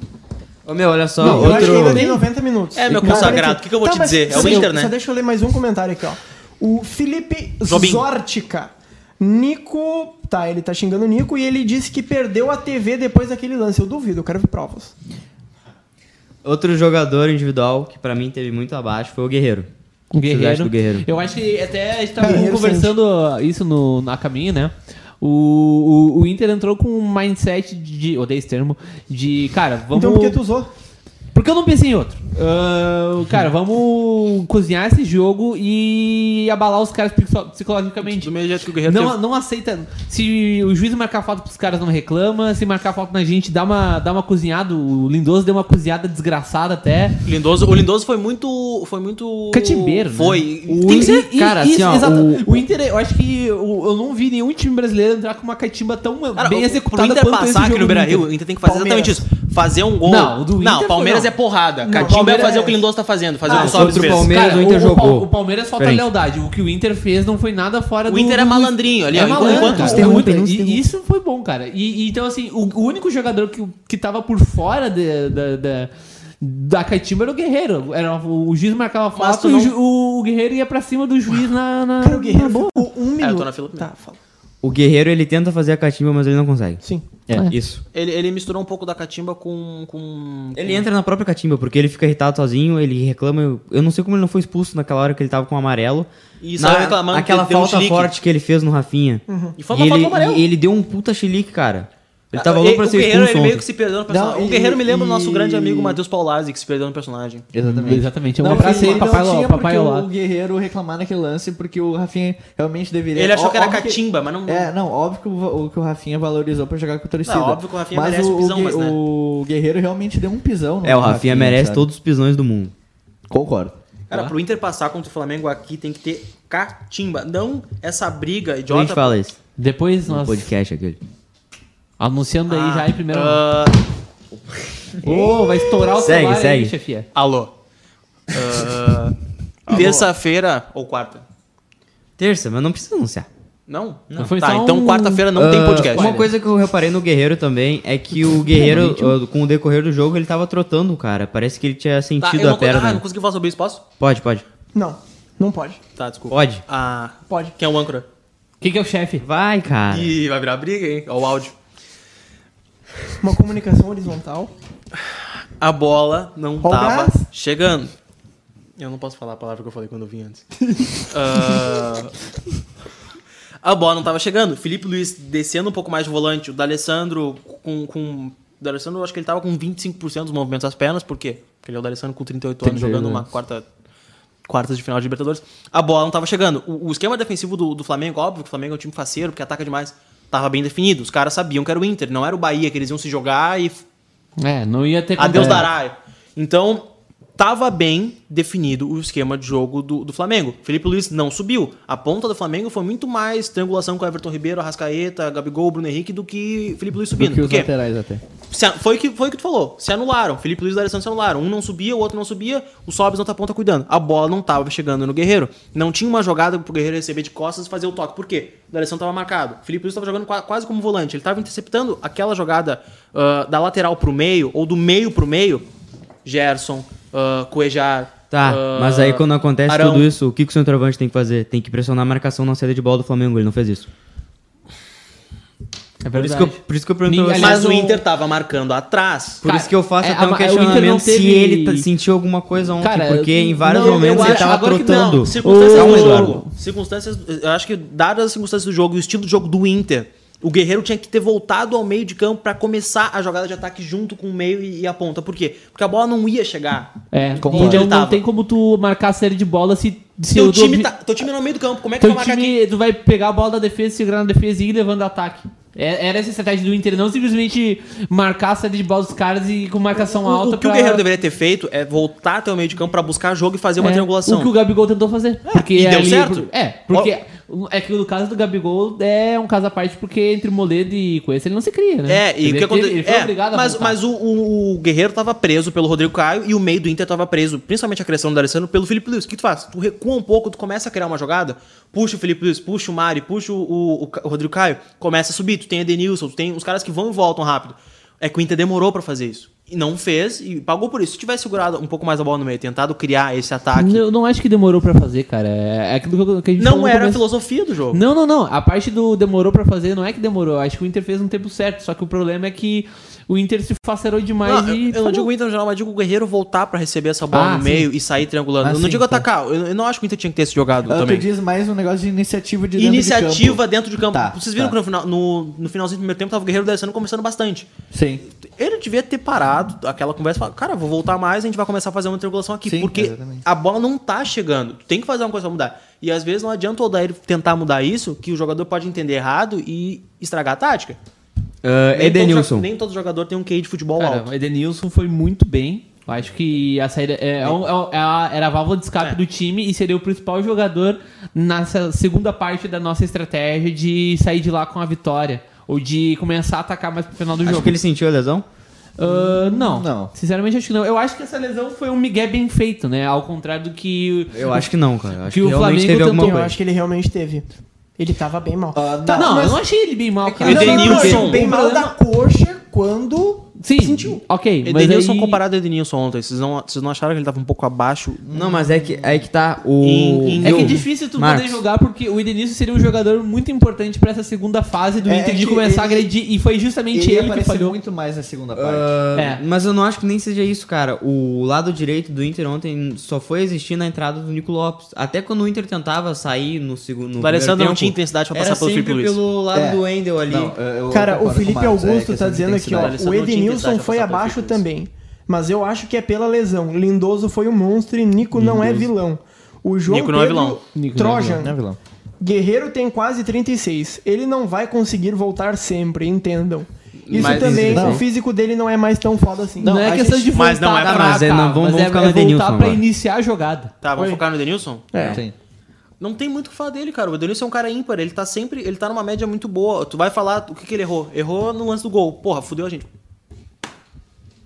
Ô, meu, olha só, Não, eu acho que ainda outro... tem 90 minutos. É, meu Mas consagrado, peraí, o que que eu vou te mas dizer? É só o deixa- Inter, né? Só deixa eu ler mais um comentário aqui, ó. O Felipe Jobim. Zortica. Nico. Tá, ele tá xingando o Nico e ele disse que perdeu a TV depois daquele lance. Eu duvido, eu quero ver provas. outro jogador individual que pra mim teve muito abaixo foi o Guerreiro. O vocês guerreiro. acham do Guerreiro? Eu acho que até a gente tava Guerreiro conversando isso no, na caminho, né? O, o, o Inter entrou com um mindset de. Odeio esse termo. De, cara, vamos. Então por que tu usou? Porque eu não pensei em outro. Ah, cara, vamos cozinhar esse jogo e abalar os caras psico- psicologicamente. Do mesmo jeito que o Guerreiro não, teve- não aceita. Se o juiz marcar falta pros caras, não reclama. Se marcar falta na gente, dá uma, dá uma cozinhada. O Lindoso deu uma cozinhada desgraçada até. Lindoso, o Lindoso foi muito. Foi muito. Catimbeiro, né? Foi. O Tem que ser. In- I- Cara, isso, assim, ó, exato. o- O, Inter, eu acho que eu, eu não vi nenhum time brasileiro entrar com uma catimba tão Cara, bem o- executada pro Inter quanto passar esse aqui jogo no do Beira Inter. Rio, o Inter tem que fazer Palmeiras. exatamente isso. Fazer um gol. Não, o do Inter foi- Palmeiras não. é porrada. Não, Catimba é fazer o que o Palmeiras- Lindoso tá fazendo. Fazer Ah, o que o Sobis contra o fez. Palmeiras- o Inter Pal- jogou. O Palmeiras falta Diferente. lealdade. O que o Inter fez não foi nada fora O do. Inter é do- malandrinho ali. É ó. Enquanto- malandro. enquanto- O tem um, Inter- tem um, e- tem um. e isso foi bom, cara. E, e então, assim, o, o único jogador que, que tava por fora de- da. da da Catimba era o Guerreiro. Era, o juiz marcava Mas falta tu e o não- ju- o, Guerreiro ia pra cima do juiz na. na Cara, o Guerreiro na boa. ficou um minuto. É, eu tô na fila Tá, fala. O Guerreiro, ele tenta fazer a catimba, mas ele não consegue. Sim. É, É. isso. Ele, ele misturou um pouco da catimba com. com Ele entra na própria catimba, porque ele fica irritado sozinho, ele reclama. eu- Eu não sei como ele não foi expulso naquela hora que ele tava com o amarelo. E Na- saiu reclamando que Aquela deu um falta chilique. Uhum. forte que ele fez no Rafinha. E foi uma falta ele, do amarelo. Ah, e ele deu um puta chilique, cara. Ele tava louco pra É, o ser Guerreiro, expulso ele meio ontem. que se perdeu no personagem. Não, o Guerreiro e- me lembra o nosso e- grande amigo Matheus Paulazzi, que se perdeu no personagem. Exatamente. Exatamente. Um Não, abraço ele aí, não papai, tinha lá, papai porque lá. o Guerreiro reclamar naquele lance porque o Rafinha realmente deveria. Ele achou é- Ó- que era óbvio catimba, mas não. É, não, óbvio que o, va- o que o Rafinha valorizou pra jogar com a torcida. Não, óbvio que o Rafinha mas merece o, o pisão, o, Gue- mas, né? o Guerreiro realmente deu um pisão. no É, o Rafinha merece sabe? todos os pisões do mundo. Concordo. Cara, pro Inter passar contra o Flamengo aqui tem que ter catimba. Não essa briga Depois a gente idiota. fala isso Depois no nós. podcast aquele. Anunciando aí já em primeiro. Ah, Ô, vai estourar o Segue, celular segue. aí, chefia. alô. Ah, Terça-feira ou quarta? Terça, mas não precisa anunciar. Não? Não. Foi tá, só então um- quarta-feira não tem Ah, podcast. Uma coisa que eu reparei no Guerreiro também é que o Guerreiro, ah, com o decorrer do jogo, ele tava trotando, cara. Parece que ele tinha Tá, sentido eu a não, ah, não perna. consegui falar sobre isso, posso? Pode, pode. Não, não pode. Tá, desculpa. Pode. Ah, Pode. quem é o âncora? Quem que é o chefe? Vai, cara. Ih, vai virar briga, hein? Ó o áudio. Uma comunicação horizontal. A bola não Qual tava gás? chegando. Eu não posso falar a palavra que eu falei quando eu vim antes. Ah, a bola não tava chegando. Felipe Luiz descendo um pouco mais de volante. O D'Alessandro com... com o D'Alessandro, eu acho que ele tava com 25% dos movimentos das pernas. Por quê? Porque ele é o D'Alessandro com 38 anos, 38 jogando uma quarta... Quartas de final de Libertadores. A bola não tava chegando. O, o esquema defensivo do, do Flamengo, óbvio que o Flamengo é um time faceiro, porque ataca demais. Tava bem definido. Os caras sabiam que era o Inter. Não era o Bahia, que eles iam se jogar e É, não ia ter Adeus como- dará. Então, tava bem definido o esquema de jogo do, do Flamengo. Felipe Luiz não subiu. A ponta do Flamengo foi muito mais triangulação com Everton Ribeiro, Arrascaeta, Gabigol, Bruno Henrique do que Felipe Luiz subindo. Do que Por os quê? laterais até. Se- foi, o que, foi o que tu falou. Se anularam. Felipe Luiz e Alessandro se anularam. Um não subia, o outro não subia. O Sobis na outra ponta cuidando. A bola não tava chegando no Guerreiro. Não tinha uma jogada pro Guerreiro receber de costas e fazer o toque. Por quê? O Alessandro tava marcado. O Felipe Luiz tava jogando qua- quase como volante. Ele tava interceptando aquela jogada ah, da lateral pro meio, ou do meio pro meio. Gerson, ah, Cuejar. Tá, ah, mas aí quando acontece Arão. tudo isso, o que, que o centroavante tem que fazer? Tem que pressionar a marcação na saída de bola do Flamengo, ele não fez isso. É Por isso verdade. que eu, por isso que eu pergunto Ninguém- pra você. Mas Aliás, o o- Inter tava marcando atrás. Por Cara, isso que eu faço é, até a- um o Inter questionamento não teve- se ele tá- sentiu alguma coisa ontem, Cara, porque em eu- vários não, eu momentos ele acho- tava agora que trotando. não, Circunstâncias Calma, do Eduardo. jogo. Circunstâncias. Eu acho que, dadas as circunstâncias do jogo e o estilo de jogo do Inter, o Guerreiro tinha que ter voltado ao meio de campo pra começar a jogada de ataque junto com o meio e, e a ponta. Por quê? Porque a bola não ia chegar. É, Como então ele não tava. tem como tu marcar a série de bola se, se Teu o time, do- tá, teu time é no meio do campo. Como é que tu teu vai marcar aqui? time tu vai pegar a bola da defesa, segurar na defesa e ir levando ataque. É- Era essa estratégia do Inter não simplesmente marcar a saída de bola dos caras e com marcação O, alta o que o é um pra- Guerreiro deveria ter feito é voltar até o meio de campo pra buscar jogo e fazer uma É, triangulação. É, O que o Gabigol tentou fazer. porque e deu ali- certo. por- é, porque é que o caso do Gabigol é um caso à parte porque entre Moledo e Coelho ele não se cria, É, né? e o ele que teve- aconteceu. Ele foi obrigado a mas voltar. mas o, o- o Guerreiro tava preso pelo Rodrigo Caio e o meio do Inter tava preso, principalmente a criação do Alessandro, pelo Felipe Luiz. O que tu faz? Tu recua um pouco, tu começa a criar uma jogada, puxa o Felipe Luiz, puxa o Mari, puxa o, o- o Ca- o Rodrigo Caio, começa a subir. Tu tem Edenilson, tu tem os caras que vão e voltam rápido. É que o Inter demorou pra fazer isso. E não fez e pagou por isso. Se tivesse segurado um pouco mais a bola no meio, tentado criar esse ataque. Eu não acho que demorou pra fazer, cara. É é aquilo que eu- que a gente falou Não no era a começo. filosofia do jogo. Não, não, não. A parte do demorou pra fazer não é que demorou. Acho que o Inter fez no tempo certo. Só que o problema é que o Inter se facerou demais Não, eu- e. eu não digo o Inter no geral, mas digo o Guerreiro voltar pra receber essa bola Ah, no sim. então. meio e sair triangulando. Ah, eu não sim, digo tá. atacar, eu, eu não acho que o Inter tinha que ter esse jogado Ah, também. Tu diz mais um negócio de iniciativa de dentro de campo. Iniciativa dentro de campo. Tá, Vocês viram tá. que no, final- no- no finalzinho do primeiro tempo tava o Guerreiro descendo conversando bastante. Sim. Ele devia ter parado aquela conversa e falado, cara, vou voltar mais, a gente vai começar a fazer uma triangulação aqui. Sim, porque exatamente. a bola não tá chegando. Tu tem que fazer uma coisa pra mudar. E às vezes não adianta o Odair tentar mudar isso, que o jogador pode entender errado e estragar a tática. Ah, Nem todo jo- Edenilson. Nem todo jogador tem um QI de futebol É, Cara, alto. o Edenilson foi muito bem. Eu acho que a saída é, é um- é um- é a- era a válvula de escape É. do time e seria o principal jogador nessa segunda parte da nossa estratégia de sair de lá com a vitória. Ou de começar a atacar mais pro final do Acho jogo. que ele sentiu a lesão. Ah, não. Não. Sinceramente, acho que não. Eu acho que essa lesão foi um migué bem feito, né? Ao contrário do que. Eu acho que não, cara. Eu Acho que, Que o realmente Flamengo teve alguma tentou- Eu coisa. acho que ele realmente teve. Ele tava bem mal. Ah, Tá, não, mas- é eu não achei ele bem mal, cara. Não, não, não, Edenilson. ele bem O mal problema- da coxa quando Sim, sentiu. ok. mas Edenilson aí- comparado ao Edenilson ontem, vocês não, vocês não acharam que ele tava um pouco abaixo? Não, mas é que aí que tá o. Em- em É que é jogo. difícil tu Marcos. poder jogar porque o Edenilson seria um jogador muito importante pra essa segunda fase do É Inter de que começar a ele- agredir e foi justamente Ele, ele, que apareceu falhou. muito mais na segunda parte. Ah, É. Mas eu não acho que nem seja isso, cara. O lado direito do Inter ontem só foi existir na entrada do Nico Lopes. Até quando o Inter tentava sair no segundo. O Alessandro não tinha intensidade pra era passar pelo sempre Felipe Luiz. pelo lado É. do Wendel ali. Não, eu- eu Cara, concordo o com Felipe Marcos, é Augusto tá questão de dizendo aqui, ó. intensidade. O Alessandro não tinha intensidade Edenilson pra foi passar pelo abaixo Felipe Luiz. também. Mas eu acho que é pela lesão. Lindoso foi um monstro e Nico não é vilão. O João Nico Pedro não é vilão. Nico não é Trojan. Né, vilão? Guerreiro tem quase 36. Ele não vai conseguir voltar sempre, entendam. Isso Mas- também, Não. o físico dele não é mais tão foda assim. Não, é a questão gente- de voltar mas não é pra pra- mas é, cá, não, vamos- mas vamos é ficar no voltar Edenilson pra agora. iniciar a jogada. Tá, vamos Oi. focar no Edenilson? É. Sim. Não tem muito o que falar dele, cara. O Edenilson é um cara ímpar, ele tá sempre. Ele tá numa média muito boa. Tu vai falar o que, que ele errou. Errou no lance do gol. Porra, fudeu a gente.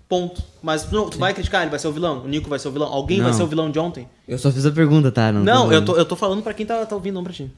Ponto. Mas não, tu vai criticar, ele vai ser o vilão. O Nico vai ser o vilão. Alguém vai Não. ser o vilão de ontem. Eu só fiz a pergunta, tá? Não, Não, eu falando. tô, eu tô falando pra quem tá, tá ouvindo, não pra ti.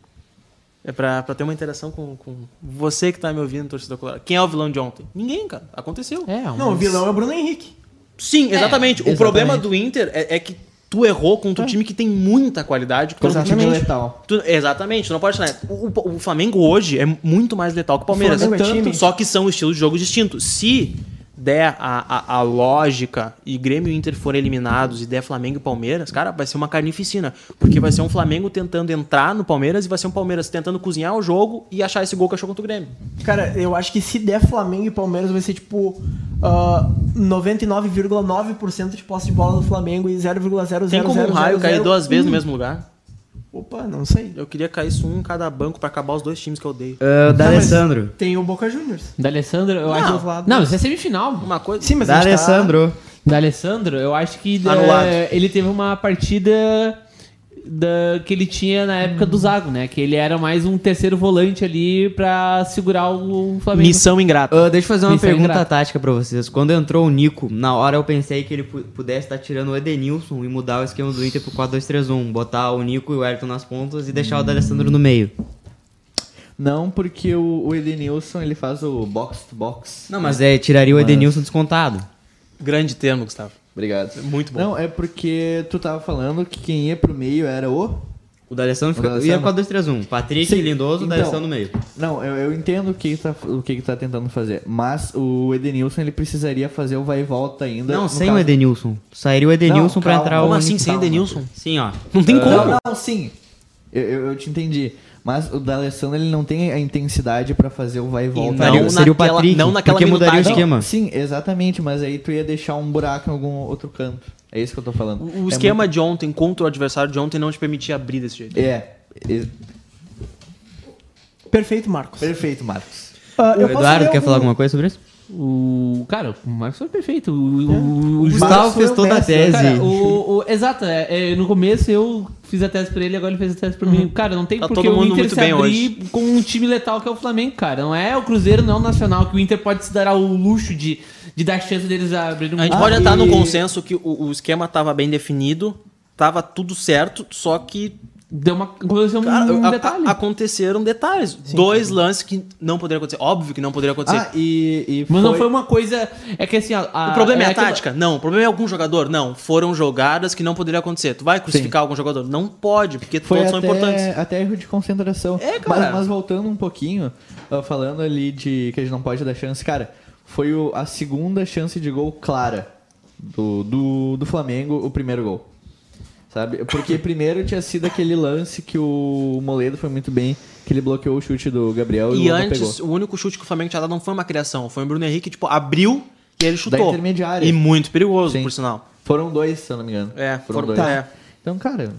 É pra, pra ter uma interação com, com você que tá me ouvindo, torcedor colorado. Quem é o vilão de ontem? Ninguém, cara. Aconteceu. É, um... Não, o vilão é o Bruno Henrique. Sim, exatamente. o problema do Inter é, é que tu errou contra um time que tem muita qualidade. Que tá num time Exatamente. letal. Tu- exatamente, tu não pode achar. O, o- o Flamengo hoje é muito mais letal que o Palmeiras. O Flamengo é Tanto- time. só que são estilos de jogo distintos. Se der a, a, a lógica e Grêmio e Inter forem eliminados e der Flamengo e Palmeiras, cara, vai ser uma carnificina. Porque vai ser um Flamengo tentando entrar no Palmeiras e vai ser um Palmeiras tentando cozinhar o jogo e achar esse gol que achou contra o Grêmio. Cara, eu acho que se der Flamengo e Palmeiras vai ser tipo ah, 99,9% de posse de bola do Flamengo e 0,0000. Tem como um raio cair duas vezes no mesmo lugar? Opa, não sei. Eu queria cair isso um em cada banco pra acabar os dois times que eu odeio. Ah, o da Tá, mas- Alessandro. Tem o Boca Juniors. Da Alessandro, eu acho. Vlado. Não, isso é semifinal. Uma coisa. Sim, mas Da a gente tá- Alessandro. Da Alessandro, eu acho que Tá é, Anulado. ele teve uma partida da, que ele tinha na época do Zago, né? Que ele era mais um terceiro volante ali pra segurar o Flamengo. Missão ingrata. Ah, deixa eu fazer uma Isso é pergunta ingrato. tática pra vocês. Quando entrou o Nico, na hora eu pensei que ele pu- pudesse estar tirando o Edenilson e mudar o esquema do Inter pro 4-2-3-1. Botar o Nico e o Ayrton nas pontas e deixar o da Alessandro no meio. Não, porque o, o Edenilson ele faz o box to box. Não, mas é, tiraria o Edenilson descontado. Grande termo, Gustavo. Obrigado. Muito bom. Não, é porque tu tava falando que quem ia pro meio era o. O da Alessandro O fica... D'Alessandro. ia 4-2-3-1. Patrick, Sim, Lindoso, o da então. Alessandro no meio. Não, eu, eu entendo o que, tá, o que que tá tentando fazer. Mas o Edenilson ele precisaria fazer o vai e volta ainda. Não, no sem caso- o Edenilson. Sairia o Edenilson pra calma. entrar o. Como assim, Nico sem Salma? Edenilson? Sim, ó. Não É. tem como. Não, não, sim. Eu, eu, eu te entendi. Mas o D'Alessandro ele não tem a intensidade pra fazer o vai e volta. não Seria- ainda. seria o naquela- Patrick. não naquela porque mudaria o minutagem. esquema. Sim, exatamente, mas aí tu ia deixar um buraco em algum outro canto. É isso que eu tô falando. O É esquema de ontem contra o adversário de ontem não te permitia abrir desse jeito. muito- É. é- Perfeito, Marcos. Perfeito, Marcos. Ah, O eu posso Eduardo, ler quer algum- um- falar alguma coisa sobre isso? O cara, o Marcos foi perfeito. O, o, o É. Gustavo fez toda a tese. Cara, o, o- exato, é, é, no começo eu fiz a tese pra ele, agora ele fez a tese pra Uhum. mim. Cara, não tem Tá porque todo o mundo Inter muito se bem abrir com um time letal que é o Flamengo, cara. Não é o Cruzeiro, não é o Nacional, que o Inter pode se dar ao luxo de, de dar chance deles a abrir um A gente pode entrar num consenso que o, o esquema tava bem definido, tava tudo certo, só que Deu uma. Aconteceu um cara, a- a- detalhe. aconteceram detalhes. Dois lances que não poderiam acontecer. Óbvio que não poderiam acontecer. Ah, e, e Mas não foi uma coisa. É que assim, ó, a- o problema é, a aquela- tática? Não. O problema é algum jogador? Não. Foram jogadas que não poderiam acontecer. Tu vai crucificar algum jogador? Não pode, porque Foi todos até, são importantes. até erro de concentração. É, cara. Mas, mas voltando um pouquinho, ah, falando ali de que a gente não pode dar chance, cara, foi o- a segunda chance de gol clara do, do, do Flamengo, o primeiro gol. Sabe? Porque primeiro tinha sido aquele lance que o Moledo foi muito bem, que ele bloqueou o chute do Gabriel E e, o Lomba antes, pegou. o único chute que o Flamengo tinha dado não foi uma criação. Foi o Bruno Henrique, tipo, abriu e ele chutou. intermediária. E muito perigoso, Sim. por sinal. Foram dois, se eu não me engano. É, foram, foram- dois. é. Então, cara,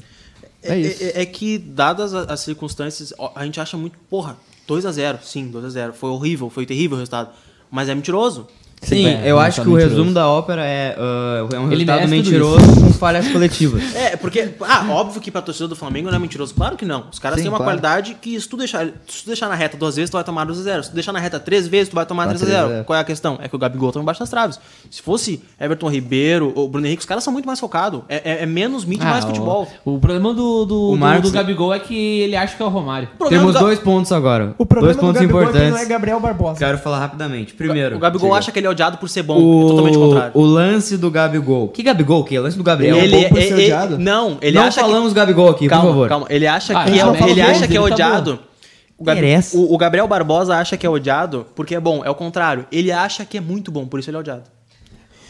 é, É, isso. é- é que, dadas a- as circunstâncias, ó, a gente acha muito, porra, 2x0. Sim, 2x0. Foi horrível, foi terrível o resultado. Mas é mentiroso. Sim, é, eu não acho tá que o mentiroso. resumo da ópera é, ah, é um Ele resultado merece tudo mentiroso com falhas coletivas. É, porque, ah, óbvio que pra torcida do Flamengo não é mentiroso. Claro que não. Os caras Sim, têm uma claro. qualidade que, se tu, deixar, se tu deixar na reta duas vezes, tu vai tomar 2x0. Se tu deixar na reta três vezes, tu vai tomar Vai 3x0. 3x0. Qual é a questão? É que o Gabigol tá embaixo das traves. Se fosse Everton Ribeiro ou Bruno Henrique, os caras são muito mais focados. É, é- é menos mídia e Ah, mais futebol. O, o problema do, do, do, Marcos- do Gabigol é que ele acha que é o Romário. O problema Temos do Ga- dois pontos agora. O problema dois pontos do Gabigol é que importantes. não é Gabriel Barbosa. Quero falar rapidamente. Primeiro. O Gabigol diga. acha que ele é odiado por ser bom. o, é totalmente contrário. o lance do Gabigol. Que Gabigol? O que? Lance do Gabriel. ele é, bom É um por ser ele- odiado? Não, ele não acha que- falamos Gabigol aqui, calma, por favor. Calma, ele acha Ah, que já é, falou ele bem, acha que é ele tá odiado. O, Gabi- Interessa. o- o Gabriel Barbosa acha que é odiado porque é bom, é o contrário. Ele acha que é muito bom, por isso ele é odiado.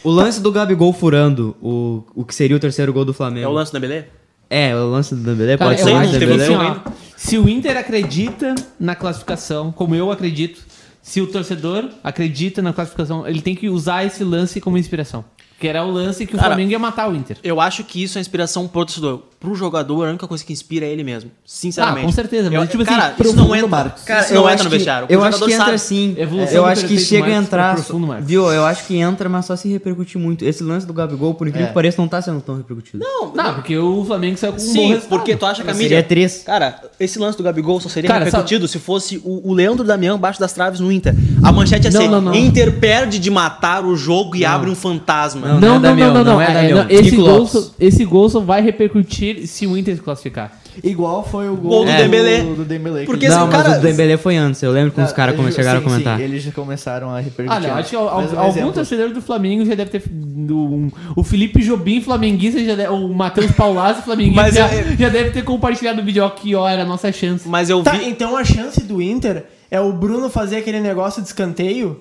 O lance do Gabigol furando o, o que seria o terceiro gol do Flamengo. É o lance da Belê? É, o lance do Dembélé Cara, pode eu ser. do acho que teve Dembélé. assim, um ó, ainda. se o Inter acredita na classificação, como eu acredito, se o torcedor acredita na classificação, ele tem que usar esse lance como inspiração. Que era o lance que o Cara, Flamengo ia matar o Inter. Eu acho que isso é inspiração pro torcedor. Pro jogador, a única coisa que inspira é ele mesmo. Sinceramente. Ah, com certeza, mas Eu- tipo assim, cara, pro isso não fundo do entra. barco. Cara, isso eu não acho entra no que- vestiário. Eu O acho jogador que entra assim, sabe. sim. Evolução Eu do acho que perfeito chega a Marcos pro entrar. profundo Marcos. Viu? Eu acho que entra, mas só se repercute muito. Esse lance do Gabigol, por incrível É. que pareça, não tá sendo tão repercutido. Não, Não, porque o Flamengo saiu com um bom Sim, resultado. porque tu acha que a Mas mídia. seria três. Cara, esse lance do Gabigol só seria Cara, repercutido se fosse o, o Leandro Damião baixo das traves no Inter. A manchete ia Não, ser: não, não. Inter perde de matar o jogo e abre um fantasma. Não, Não, não, é não, Damião, não, não, não é é- Damião. não, Esse, Nico gol Lopes. só, esse gol só vai repercutir se o Inter se classificar. Igual foi o Gol gol do Dembélé. do Dembélé que Porque assim, esse ele- é um não, cara- Ah, mas o Dembélé foi antes. Eu lembro quando os caras come- eles- chegaram sim, a comentar. sim, eles já começaram a repercutir. Olha, Ah, acho que al- Mas um algum exemplo. torcedor do Flamengo já deve ter. do- um- o Felipe Jobim, flamenguista, já deve, o Matheus Paulazzi, flamenguista, Mas já, eu- já deve ter compartilhado o vídeo. Ó, que ó, era a nossa chance. Mas eu Tá, vi. então a chance do Inter é o Bruno fazer aquele negócio de escanteio,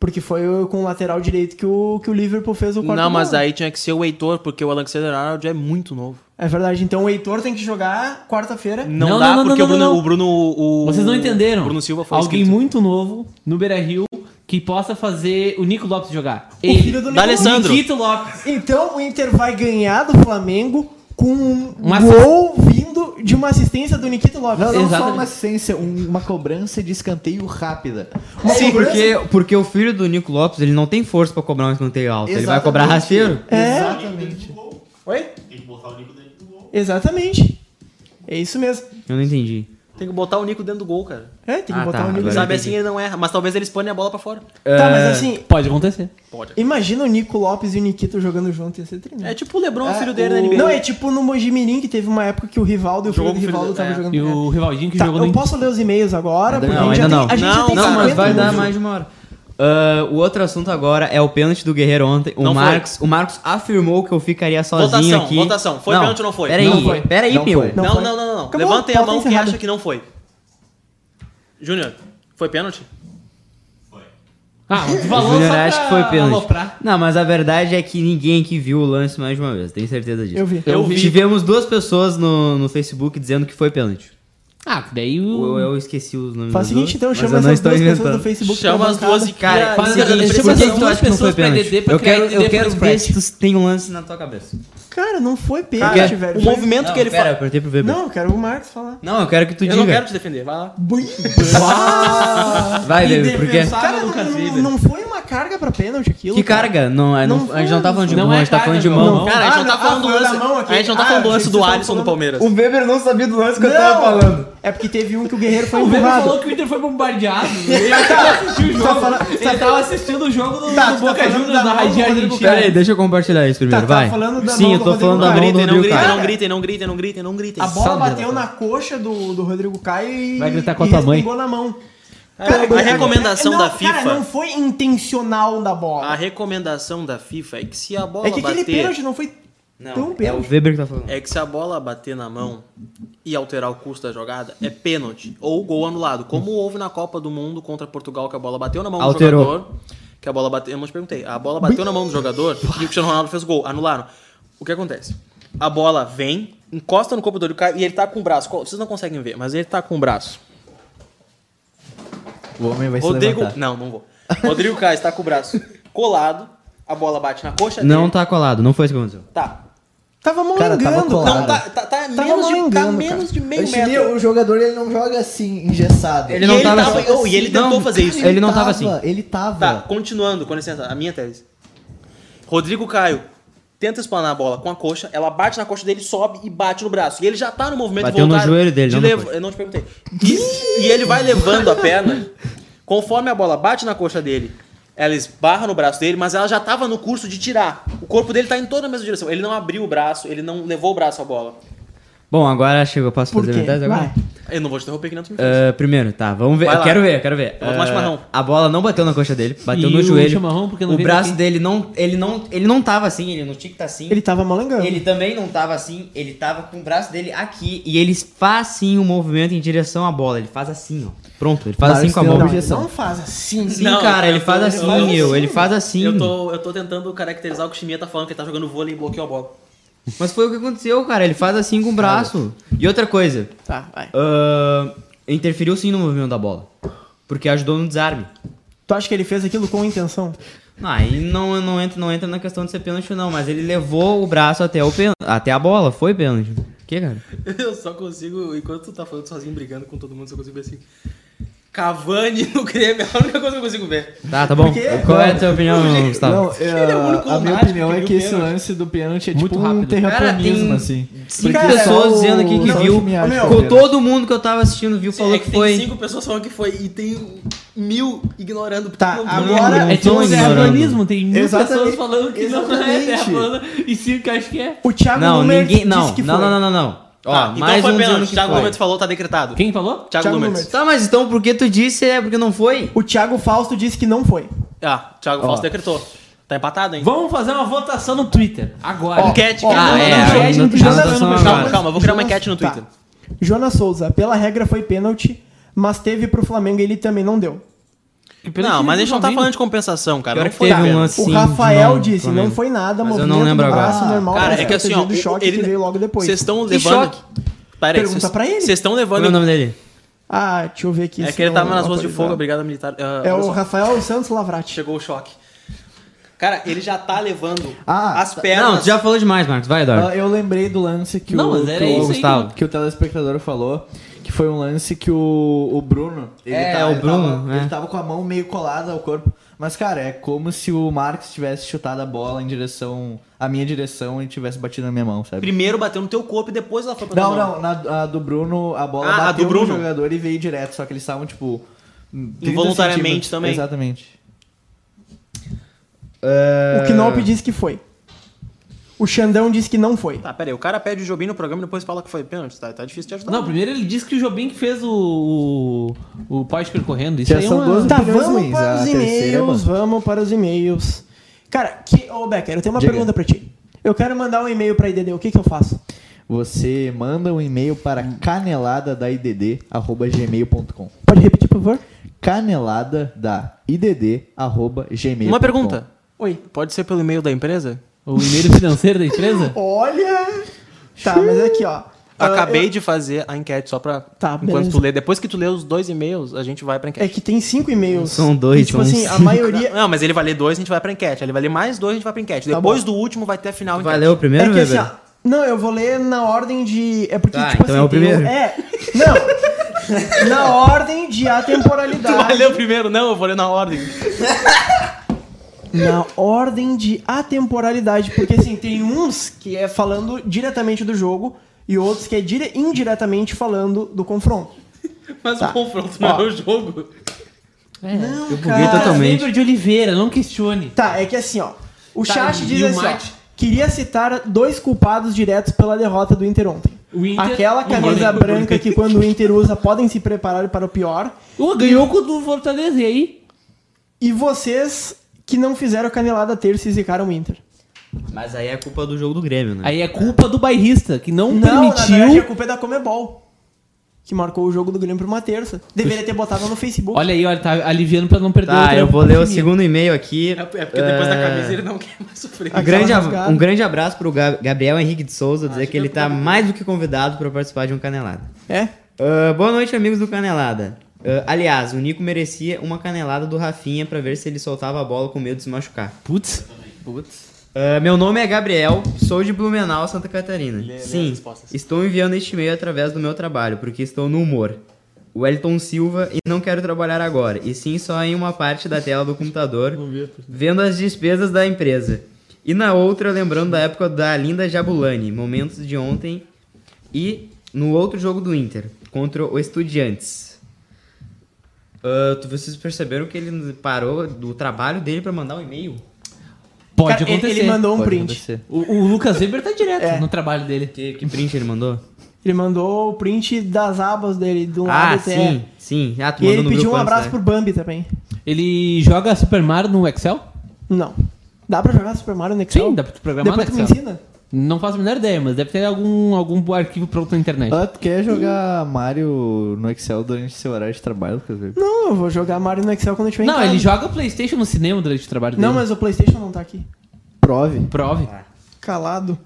porque foi o- com o lateral direito que o, que o Liverpool fez o quarto Não, mas gol. aí tinha que ser o Heitor, porque o Alexander Arnold é muito novo. É verdade, então o Heitor tem que jogar quarta-feira. Não, Não, dá, não, não, porque não, o Bruno. não. O Bruno o- Vocês não entenderam. Bruno Silva foi Alguém inscrito. muito novo no Beira Rio que possa fazer o Nico Lopes jogar. O filho do Dá Nicolas. licença. Sandro. Nikito Lopes. Então o Inter vai ganhar do Flamengo com um Uma gol vindo de uma assistência do Nikita Lopes. É? Não, não só Exatamente. uma assistência, um- uma cobrança de escanteio rápida. Sim, porque, porque o filho do Nico Lopes, ele não tem força pra cobrar um escanteio alto. Ele vai Exatamente. cobrar rasteiro. É. Exatamente. Oi? Tem que botar o Nico dentro do gol. Exatamente. É isso mesmo. Eu não entendi. Tem que botar o Nico dentro do gol, cara. É, tem que Ah, botar tá, o agora Nico é- dentro. Sabe entendi. assim ele não erra, mas talvez eles põem a bola pra fora. Tá, mas assim, Pode acontecer. Pode. imagina o Nico Lopes e o Nikito jogando junto, ia ser tremendo. É tipo o Lebron, É, filho dele na o- NBA. Não, é tipo no Mojimirim, que teve uma época que o Rivaldo e o filho do Jogou com o filho Rivaldo do- estavam é. jogando. E o Rivaldiño que Tá, jogou no eu posso ler os e-mails agora? Porque não, a gente ainda já não. tem, a gente já Não, tem Não, mas 50 vai dar minutos. mais de uma hora. Ah, o outro assunto agora é o pênalti do Guerreiro ontem. O Não foi. Marcos, o Marcos afirmou que eu ficaria sozinho Votação, aqui. votação. Foi pênalti ou não foi? Peraí, Não foi. peraí, Não meu. foi. Não Não, foi. não, não, não. não. Acabou, Levantem a pauta mão quem encerrada. acha que não foi. Júnior, foi pênalti? Ah, tu O falou Júnior só pra acha que foi pênalti. aloprar. Não, mas a verdade é que ninguém aqui viu o lance mais de uma vez, tenho certeza disso. Eu vi. Eu vi. Tivemos duas pessoas no, no Facebook dizendo que foi pênalti. Ah, daí Eu, o... eu esqueci os nomes Hum. Faz das o seguinte, então, duas, mas chama eu não essas estou duas pessoas inventando. do Facebook. Chama pra as bancada. duas e Cara, cria- faz Faz o seguinte, essas por que que tu duas acha que não foi pessoas pra pênalti? DD pra Eu criar quero, eu DD quero pro ver se Brett. tu tem um lance na tua cabeça. Cara, não foi pênalti, Cara, velho. o Foi- movimento que ele pera, eu faz. perguntei pro Weber. Não, eu quero o Marcos falar. Não, eu quero que tu Eu diga. não quero te defender, vai lá. Bui. Vai, David, por quê? Cara, Cara, não, Lucas não- Weber. não foi uma carga pra pênalti aquilo. Que cara? carga? Não, é, não, Não a gente não tá foi, falando de não mão, é a gente tá carga, falando de não. mão. Cara, a gente não Ah, tá falando do foi da lance. mão aqui. A gente não tá Ah, falando do achei lance que do vocês Alisson tavam do falando- Palmeiras. O Weber não sabia do lance que eu tava falando. É porque teve um que o Guerreiro foi O Weber falou empurrado. que o Inter foi bombardeado. Ele tava assistindo o jogo. Ele tava assistindo o jogo do, Tá, do tu tá Boca falando Juniors da da É, mão do Radinha Rodrigo Argentina. Pera aí, deixa eu compartilhar isso primeiro, Tá, tá vai. falando da Sim, mão eu do tô Rodrigo falando da Caio. mão do Gritem, não Rodrigo gritem, Caio. não gritem, não gritem, não gritem, não gritem. A bola Sabe, bateu na coxa do, do Rodrigo Caio e. Vai gritar com a e tua mãe. respingou na mão. é Cara, a recomendação não, da Cara, FIFA- não foi intencional da A bola. recomendação da FIFA é que se a bola É que aquele bater, pênalti não foi tão Não, é o pênalti. Weber que tá falando. é que se a bola bater na mão e alterar o curso da jogada, é pênalti ou gol anulado, como houve na Copa do Mundo contra Portugal que a bola bateu na mão Alterou. do jogador, que a bola bateu, eu não te perguntei, a bola bateu na mão do jogador e o Cristiano Ronaldo fez gol, anularam. O que acontece? A bola vem, encosta no corpo do Caio e ele tá com o braço, vocês não conseguem ver, mas ele tá com o braço O homem vai Rodrigo. Não, não vou. Rodrigo Caio está com o braço colado, a bola bate na coxa Não dele. tá colado, não foi isso que aconteceu. Tá. Tava Cara, tava molengando. colado. Não, tá, tá, tá menos, de, tá malengando, menos cara. de meio Esse meio- metro. o jogador ele não joga assim, engessado. Ele não e ele tava tava- assim. oh, e ele tentou Não, fazer isso. ele não tava assim. Ele tava. Tá, continuando, com licença, a minha tese. Rodrigo Caio tenta espanar a bola com a coxa, ela bate na coxa dele, sobe e bate no braço. E ele já tá no movimento Bateu no voluntário joelho dele, de não na lev- coxa. Eu não te perguntei. E, e ele vai levando a perna, conforme a bola bate na coxa dele, ela esbarra no braço dele, mas ela já tava no curso de tirar. O corpo dele tá em toda a mesma direção. Ele não abriu o braço, ele não levou o braço à bola. Bom, agora chegou, posso Por fazer minha quê? tese agora? Vai. Eu não vou te interromper que não tu me fez. Ah, primeiro, tá, vamos ver. Vai Eu lá. quero ver, eu quero ver. Eu vou tomar Ah, chimarrão. a bola não bateu na coxa dele, bateu E no o joelho. chimarrão, porque não o veio braço daqui? dele não. Ele não. Ele não tava assim, ele não tinha que estar assim. Ele tava molengando. Ele também não tava assim, ele tava com o braço dele aqui e ele faz sim o movimento em direção à bola. Ele faz assim, ó. Pronto, ele faz Claro, assim com a isso é um tem mão. Não, objeção. ele não faz assim. Sim, Não, cara, eu ele tô- faz eu assim, faz eu, ele faz assim. Eu tô, eu tô tentando caracterizar o que o Chiminha tá falando, que ele tá jogando vôlei e bloqueou a bola. Mas foi o que aconteceu, cara. Ele faz assim com o braço. E outra coisa, Tá, vai. ah, interferiu sim no movimento da bola. Porque ajudou no desarme. Tu acha que ele fez aquilo com intenção? Não, Aí não, não, entra, não entra na questão de ser pênalti, ou não, mas ele levou o braço até, o pênalti, até a bola, foi pênalti. Que, cara? Eu só consigo, enquanto tu tá falando sozinho, brigando com todo mundo, só consigo ver assim. Cavani no Grêmio, é a única coisa que eu consigo ver. Tá, tá bom. Qual é a tua opinião, Gustavo? Não, eu- é o único a minha lunático opinião que é viu que esse pênalti. lance do pênalti é Muito tipo um rápido. terraplanismo, Cara, tem assim. Cinco Porque pessoas só o- dizendo aqui que só o viu. time acha que é Com pênalti. todo mundo que eu tava assistindo viu, falou é que, que foi. tem cinco pessoas falando que foi e tem mil ignorando. porque Tá, não- agora- não É tipo tô um ignorando. terraplanismo, tem mil Exatamente. pessoas falando que não é Exatamente. terraplanista e cinco que acho que é. O Thiago Não, Numer ninguém. disse Não, que não, foi. não, não, não, não. Ó, Tá, mais então um foi dizendo pênalti. que Thiago foi. Gomes falou, tá decretado. Quem falou? Thiago, Thiago Gomes. Gomes. Tá, mas então por que tu disse é porque não foi? O Thiago Fausto disse que não foi. Ah, Thiago Fausto decretou. Tá empatado, hein? Vamos fazer uma votação no Twitter. Agora. Enquete, Ó, cara. não, é, não, não, a não, anotação não, não, não, agora. não, Calma, não, calma, eu vou criar uma Jonas- enquete no tá. Twitter. Jonas Souza, pela regra foi pênalti, mas teve pro Flamengo e ele também não deu. Não, mas a gente não tá falando de compensação, cara. Pior Não que foi teve pênalti. um lance. o sim, Rafael não, disse, Flamengo. não foi nada, Mas eu movimento não lembro do agora. braço normal, Cara, mas é que assim, ó, protegido do choque ele- que veio logo depois. Vocês estão Que levando. choque. Pera aí, Pergunta vocês- pra ele. Vocês estão Qual é o levando. nome dele? Ah, deixa eu ver aqui. É se que ele não- tava nas não ruas de atualizar. fogo, obrigado, militar. Ah, É olha o só. Rafael Santos Lavrati. Chegou o choque. Cara, ele já tá levando Ah, tá. as Não, pernas. tu já falou demais, Marcos. Vai, Eduardo. Ah, eu lembrei do lance que Não, o, mas era que, isso o aí. Gustavo. que o telespectador falou, que foi um lance que o, o Bruno, ele, É, tava, o ele Bruno, tava- é. ele tava com a mão meio colada ao corpo. Mas, cara, é como se o Marcos tivesse chutado a bola em direção, a minha direção e tivesse batido na minha mão, sabe? Primeiro bateu no teu corpo e depois ela foi pra Não, tua mão. não, na a do Bruno, a bola Ah, a bateu do Bruno? no jogador e veio direto, só que eles estavam, tipo... 30 Involuntariamente centímetros. também. Exatamente. É, O Knop disse que foi. O Xandão disse que não foi. Tá, pera aí. O cara pede o Jobim no programa e depois fala que foi pênalti. Tá, tá difícil de ajudar. Não, primeiro ele disse que o Jobim que fez o. o, o pode percorrendo. Isso Já aí é são uma... duas- Tá, Opiniões vamos ruins, para a os terceira é e-mails, vamos para os e-mails. Cara, que, ô Becker, eu tenho uma Diga. pergunta pra ti. Eu quero mandar um e-mail pra IDD, o que que eu faço? Você manda um e-mail para caneladadaidd.gmail.com Pode repetir, por favor? canelada da idd arroba gmail. Uma pergunta. Oi. Pode ser pelo e-mail da empresa? O e-mail financeiro da empresa? Olha! Tá, mas aqui, ó. Ah, Acabei de fazer a enquete só pra. Tá, enquanto beleza. tu lê. Depois que tu lê os dois e-mails, a gente vai pra eu- É enquete. que tem cinco e-mails. São dois, E, tipo são assim, a cinco. maioria. Não, mas ele vai ler dois, a gente vai pra enquete. Aí Ele vai ler mais dois, a gente vai pra enquete. Tá Depois bom. do último vai ter a final. Vai ler enquete. o primeiro, é que assim, Weber? ó. Não, eu vou ler na ordem de. É porque, Tá, tipo então assim. é o tem um- primeiro. É. Não! na ordem de atemporalidade. Valeu primeiro, não, eu vou ler na ordem. na ordem de atemporalidade, porque assim, tem uns que é falando diretamente do jogo e outros que é dire- indiretamente falando do confronto. Tá. Mas o confronto não é o jogo. Não, Sempre de Oliveira, não questione. Ah, Tá, é que assim, ó. O Tá, chat e diz o assim, ó, mate? Queria citar dois culpados diretos pela derrota do Inter ontem. O Inter- Aquela o camisa Rodrigo. branca que quando o Inter usa podem se preparar para o pior. Ô, ganhou com o do Fortaleza, e aí? E vocês que não fizeram canelada terça e zicaram o Inter. Mas aí é culpa do jogo do Grêmio, né? Aí é culpa do bairrista, que não, na verdade, a Um permitiu. culpa é da Comebol. Que marcou o jogo do Grêmio pra uma terça. Deveria ter botado no Facebook. Olha aí, olha, tá aliviando pra não perder o Tá, trampo eu vou ler o infinito. segundo e-mail aqui. É Porque depois da camisa ele não quer mais sofrer. Aquela Um grande, ab- rasgada. um grande abraço pro Ga- Gabriel Henrique de Souza, dizer que ele tá mais do que convidado para participar de um Canelada. É? Ah, boa noite, amigos do Canelada. Ah, aliás, o Nico merecia uma canelada do Rafinha pra ver se ele soltava a bola com medo de se machucar. Putz. Ah, meu nome é Gabriel, sou de Blumenau, Santa Catarina. Sim, estou enviando este e-mail através do meu trabalho, porque estou no humor. Wellington Silva e não quero trabalhar agora, e sim só em uma parte da tela do computador, vendo as despesas da empresa. E na outra, lembrando da época da linda Jabulani, momentos de ontem, e no outro jogo do Inter, contra o Estudiantes. Ah, tu- vocês perceberam que ele parou do trabalho dele pra mandar um e-mail? Pode Cara, ele- acontecer. ele mandou um print. O, o Lucas Weber tá direto no trabalho dele. Que, que print ele mandou? Ele mandou o print das abas dele do lado Ah, até. sim, sim. Ah, tu E mandou ele no pediu grupo um antes, abraço né? pro Bambi também. Ele joga Super Mario no Excel? Não. Dá pra jogar Super Mario no Excel? Sim, dá pra tu programar Depois tu no me Excel. ensina? Não faço a menor ideia, mas deve ter algum, algum arquivo pronto na internet. Ah, tu quer jogar Mario no Excel durante seu horário de trabalho, Lucas? Weber? Não, eu vou jogar Mario no Excel quando eu tiver em não, casa. ele joga Playstation no cinema durante o trabalho dele. Não, mas o Playstation não tá aqui. Prove. Prove. Calado.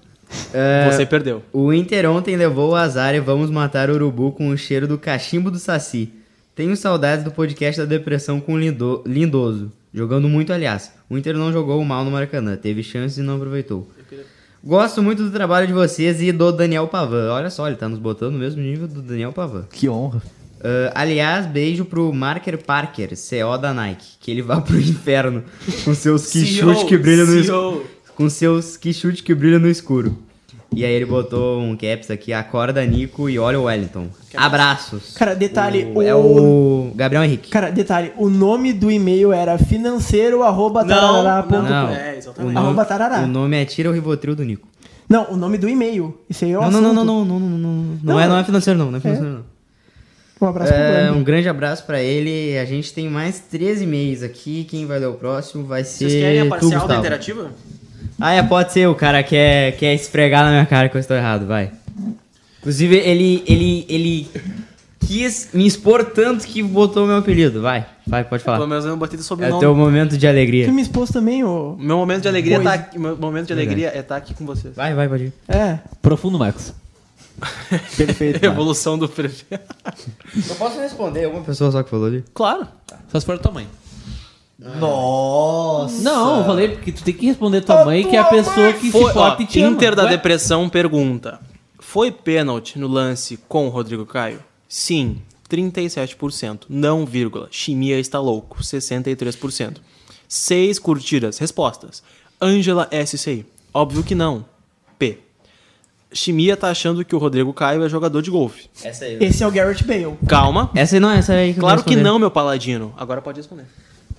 É, Você perdeu. O Inter ontem levou o azar e vamos matar o urubu com o cheiro do cachimbo do Saci. Tenho saudades do podcast da depressão com o Lindo- Lindoso. Jogando muito, aliás. O Inter não jogou mal no Maracanã. Teve chances e não aproveitou. Gosto muito do trabalho de vocês e do Daniel Pavan. Olha só, ele tá nos botando no mesmo nível do Daniel Pavan. Que honra. Ah, aliás, beijo pro Marker Parker, CO da Nike. Que ele vá pro inferno com seus que chute que brilha no escuro. com seus que chute que brilha no escuro. E aí ele botou um caps aqui, acorda Nico e olha o Wellington. Abraços. Cara, detalhe, O- É o Gabriel Henrique. Cara, detalhe, o nome do e-mail era financeiro arroba tarará ponto- Não, É, o exatamente. Arroba nome, tarará. o nome é Tira o Rivotril do Nico. Não, o nome do e-mail. Isso aí é o Não, não, não, assunto. não, não, não, não, não, não, não é, não é financeiro não, não é financeiro não. Um abraço pro É, Brando. um grande abraço pra ele. A gente tem mais 13 e-mails aqui. Quem vai ler o próximo vai ser Vocês querem a tu, parcial da é Gustavo. interativa? Ah, é, pode ser. O cara quer, quer esfregar na minha cara que eu estou errado, vai. Inclusive, ele, ele, ele quis me expor tanto que botou meu apelido. Vai, vai, pode Pelo falar. menos eu não botei do É o sobrenome. teu momento de Tu alegria. me expôs também, ô. Meu momento de alegria Pois. tá aqui. Meu momento de alegria é estar aqui com vocês. Vai, vai, pode ir. É. Profundo, Marcos. Perfeito. mano. Evolução do prefeito. Eu posso responder uma pessoa só que falou ali? Claro. Só se for tua mãe. Nossa. Não, eu falei porque tu tem que responder tua mãe, que é a pessoa que se Foi, ó, importa e te ama. Inter da Ué? Depressão pergunta: Foi pênalti no lance com o Rodrigo Caio? Sim, 37%. Não, vírgula. Chimia está louco, 63%. Seis curtidas. Respostas: Ângela SCI. Óbvio que não. P. Chimia tá achando que o Rodrigo Caio é jogador de golfe. Essa aí. Esse é o Garrett Bale. Calma. Essa não, essa aí. eu Claro vou que responder. não, meu paladino. Agora pode responder.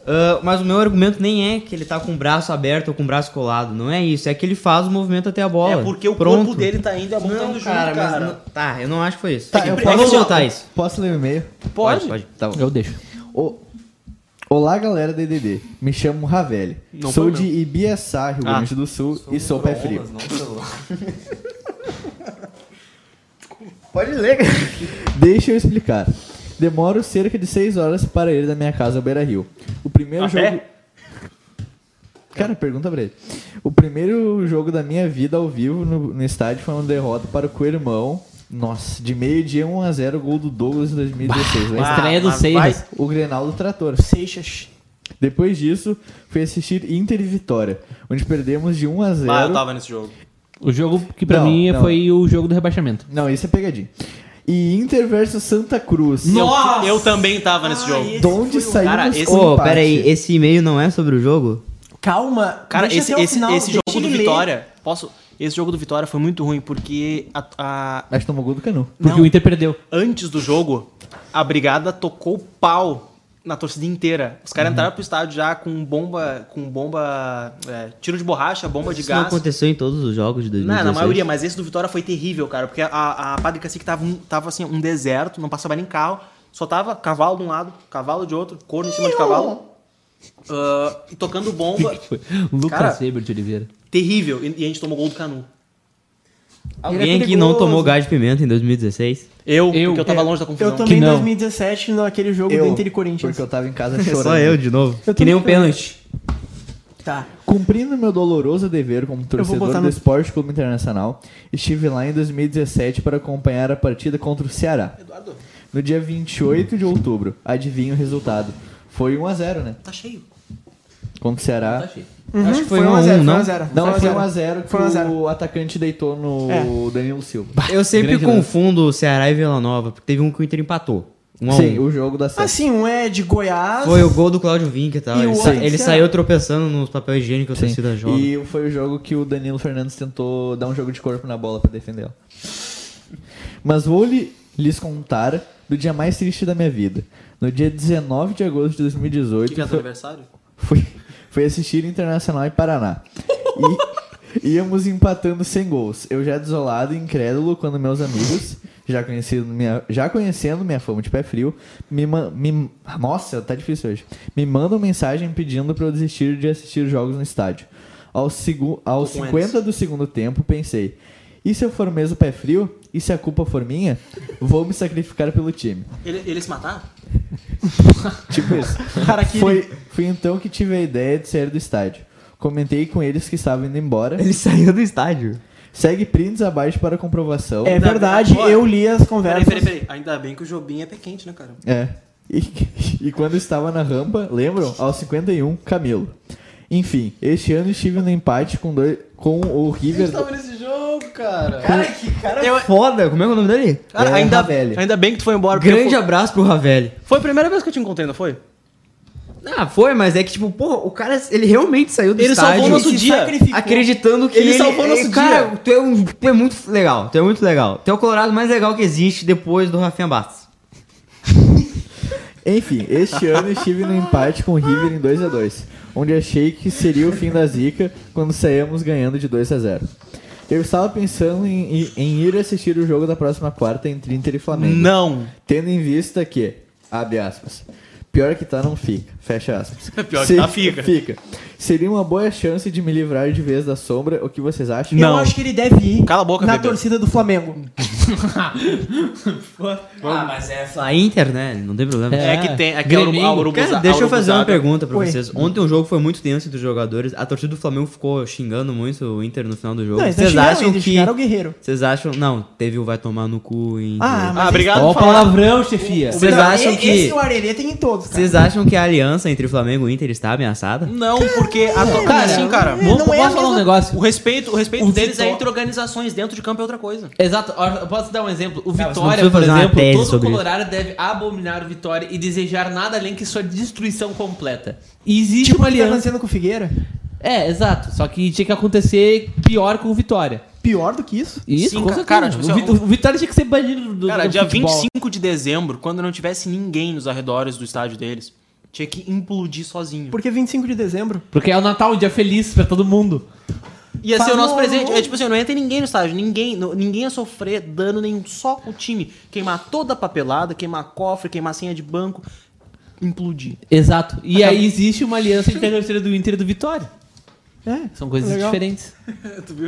Ah, mas o meu argumento nem é que ele tá com o braço aberto ou com o braço colado. Não é isso. É que ele faz o movimento até a bola. É porque o Pronto. corpo dele tá indo e a mão tá Não, indo junto, cara, mas cara. não- Tá, eu não acho que foi isso. Tá, eu vou posso- voltar isso. Posso ler o e-mail? Pode? pode. Tá bom. Eu deixo. O- Olá, galera da EDD. Me chamo Ravelli. Não sou foi de Ibiaçá, Rio Grande do Sul, e sou pé frio. Pode ler, cara. Deixa eu explicar. Demoro cerca de 6 horas para ir da minha casa ao Beira Rio. O primeiro jogo. Cara, pergunta pra ele. O primeiro jogo da minha vida ao vivo no, no estádio foi uma derrota para o Coirmão. Nossa, de meio-dia 1x0, gol do Douglas em 2016. né? A estreia do mas vai- Seixas. O Grenal do Trator. Seixas. Depois disso, fui assistir Inter e Vitória, onde perdemos de 1 a 0. Ah, eu tava nesse jogo. O jogo que pra Não, mim não. foi o jogo do rebaixamento. Não, isso é pegadinha. E Inter versus Santa Cruz. Nossa! é Eu, também tava nesse jogo. De onde saiu Cara, o esse... Ô, pera aí, esse e-mail não é sobre o jogo? Calma. Cara, deixa esse, até o esse, final, esse jogo deixa ele do ler. Vitória. Posso? Esse jogo do Vitória foi muito ruim, porque a- a- Mas tomou gol do Canu. Porque Não. o Inter perdeu. antes do jogo, a brigada tocou pau na torcida inteira. Os Uhum. caras entraram pro estádio já com bomba. com bomba. é, tiro de borracha, bomba de Isso não gás. aconteceu em todos os jogos de 2016? Não, né? na maioria, mas esse do Vitória foi terrível, cara, porque a, a Padre Cacique tava, um, tava assim, um deserto, não passava nem carro, só tava cavalo de um lado, cavalo de outro, corno em cima de cavalo. ah, e tocando bomba, Cara- Lucas Weber de Oliveira. terrível. E, e a gente tomou gol do Canu. Alguém que não tomou gás de pimenta em 2016? Eu, Eu- porque eu tava é, longe da Eu confusão. também em não. 2017, naquele jogo do Inter e Corinthians. Porque eu tava em casa chorando. É eu de novo. que nem um pênalti. Tá. Cumprindo meu doloroso dever como torcedor botar do no- Esporte Clube Internacional, estive lá em 2017 para acompanhar a partida contra o Ceará. No dia 28 de outubro, adivinha o resultado. Foi 1x0, né? Tá cheio. Contra o Ceará. Acho que foi Foi 1 a 1, 1x0, não? foi 1x0. Não, foi 1x0 que Tá Foi 1 a 0. o atacante deitou no Danilo Silva. Eu sempre Grande confundo o Ceará e Vila Nova, porque teve um que o Inter empatou. 1 a 1. Sim, o jogo da série. Assim, um é de Goiás. Foi o gol do Claudio Vinck e tal. E ele o sa- outro ele Ceará. saiu tropeçando nos papéis higiênicos que a Sim. torcida joga. E foi o jogo que o Danilo Fernandes tentou dar um jogo de corpo na bola pra defender ela. Mas vou lhe- lhes contar do dia mais triste da minha vida. No dia 19 de agosto de 2018, é fui, aniversário? fui, fui assistir Internacional e Paraná. E íamos empatando sem gols. Eu já desolado e incrédulo quando meus amigos, já conhecendo minha, já conhecendo minha fama de pé frio, me, ma- me Nossa, tá difícil hoje. Me mandam mensagem pedindo pra eu desistir de assistir jogos no estádio. Aos, segu, aos 50 do segundo tempo, pensei: e se eu for mesmo pé frio? E se a culpa for minha? Vou me sacrificar pelo time. Ele, ele se matar? Tipo isso. foi, foi então que tive a ideia de sair do estádio. Comentei com eles que estavam indo embora. Ele saiu do estádio. Segue prints abaixo para comprovação. É verdade, Agora. eu li as Peraí, conversas. peraí, peraí. Ainda bem que o Jobim é pé quente, né, cara? É. E, e quando estava na rampa, lembram? Aos 51, Camilo. Enfim, este ano estive no empate com, dois, com o River. nesse jogo, cara. Cara, que cara foda. Como é que é o nome dele? Cara, É, ainda, Ravelli. ainda bem que tu foi embora. porque Grande eu abraço pro Ravelli. fui- Foi a primeira vez que eu te encontrei, não foi? Ah, foi, mas é que, tipo, porra, o cara, ele realmente saiu do Ele estádio. salvou o nosso se dia. sacrificou. Acreditando que Ele salvou nosso é, dia. Cara, tu é, um, tu é muito legal, tu é muito legal. Tu é o colorado mais legal que existe depois do Rafinha Bastos. Enfim, este ano estive no empate com o River em 2 a 2 onde achei que seria o fim da zica quando saímos ganhando de 2 a 0 Eu estava pensando em, em- em ir assistir o jogo da próxima quarta entre Inter e Flamengo. Não. Tendo em vista que, abre aspas, pior que tá não fica, fecha aspas. Pior que tá, fica. Fica. Seria uma boa chance de me livrar de vez da sombra, o que vocês acham? Eu Não. acho que ele deve ir Cala a boca, na Bebê. torcida do Flamengo. Ah, mas é a Inter, né? Não tem problema. É, que tem. É que Grêmio. a Urubu, Cara, deixa eu fazer uma pergunta pra Oi. vocês. Ontem o jogo foi muito tenso entre os jogadores. A torcida do Flamengo ficou xingando muito o Inter no final do jogo. Não, eles não Vocês xingaram, acham eles que... xingaram o Guerreiro. Vocês acham... Não, teve o vai tomar no cu em... Ah, mas Ah, obrigado Ó, por o falar. palavrão, chefia. Vocês Não, acham e- que- Esse é o Arerê tem em todos, cara. Vocês acham que a aliança entre Flamengo e Inter está ameaçada? Não, porque a to- cara, assim, cara, não Vamos, é a posso falar um mesma- negócio? o respeito, o respeito O deles é Vitó- entre organizações, dentro de campo é outra coisa. Exato, ó, eu posso dar um exemplo. O Cara, você não precisa Vitória, por fazer uma exemplo, tese todo sobre isso. colorado deve abominar o Vitória e desejar nada além que sua destruição completa. E existe Tipo uma o que tá aliança. acontecendo com o Figueira? É, exato. Só que tinha que acontecer pior com o Vitória. Pior do que isso? Isso, Sim, com ca- certeza. cara, tipo, o, Vit- se eu- o Vitória tinha que ser banido do Cara, do dia futebol. 25 de dezembro, quando não tivesse ninguém nos arredores do estádio deles, tinha que implodir sozinho. Porque 25 de dezembro. Porque é o Natal, um dia feliz pra todo mundo. Ia ser Faz o nosso um- presente. É tipo assim, não ia ter ninguém no estádio, ninguém, não- ninguém ia sofrer dano nenhum, só o time. Queimar toda a papelada, queimar cofre, queimar senha de banco, implodir. Exato. E aí existe uma aliança entre a torcida do Inter e do Vitória. É. São coisas Legal. diferentes.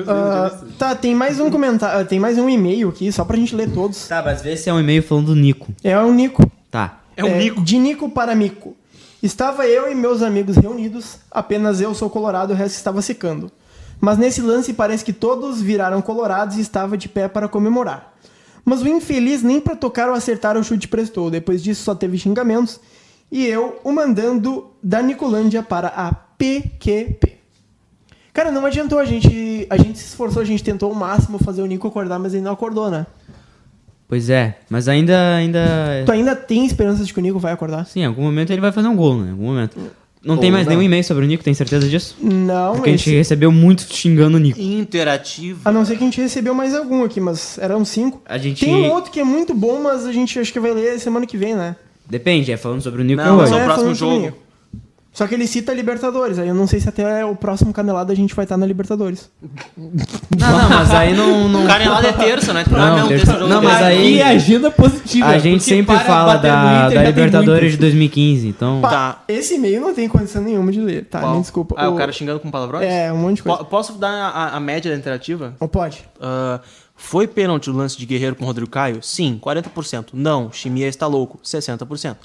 Ah, tá, tem mais um comentário, tem mais um e-mail aqui, só pra gente ler todos. Tá, mas vê se é um e-mail falando do Nico. É o Nico. Tá. É um mico. De Nico para Mico. Estava eu e meus amigos reunidos, apenas eu sou colorado, o resto estava secando. Mas nesse lance parece que todos viraram colorados e estava de pé para comemorar. Mas o infeliz nem para tocar ou acertar o chute prestou. Depois disso só teve xingamentos e eu o mandando da Nicolândia para a PQP. Cara, não adiantou, a gente, a gente se esforçou, a gente tentou o máximo fazer o Nico acordar, mas ele não acordou, né? Pois é, mas ainda. é ainda... Tu ainda tem esperança de que o Nico vai acordar? Sim, em algum momento ele vai fazer um gol, né? Em algum momento. Não tem mais nenhum e-mail sobre o Nico, tem certeza disso? Não, Porque a gente esse- recebeu muito xingando o Nico. Interativo. A não ser que a gente recebeu mais algum aqui, mas eram cinco. A gente. Tem um outro que é muito bom, mas a gente acho que vai ler semana que vem, né? Depende, é falando sobre o Nico Não, hoje. mas é o próximo falando sobre jogo. Nico. Só que ele cita Libertadores, aí eu não sei se até o próximo canelada a gente vai estar na Libertadores. Não, não, mas aí não. não... Canelada é terça, né? Tu Não, é um terça- terça jogo não, de mas terça. aí- E agenda positiva. A gente porque sempre para fala bater no da, Inter, da ainda tem Libertadores de muito. 2015, então. Tá. Esse e-mail não tem condição nenhuma de ler, tá? Qual? Me desculpa. Ah, o cara xingando com palavrões? É, um monte de coisa. Po- Posso dar a, a média da interativa? Ou pode? Ah, foi pênalti o lance de Guerreiro com o Rodrigo Caio? Sim, 40%. Não, Chimia está louco, 60%.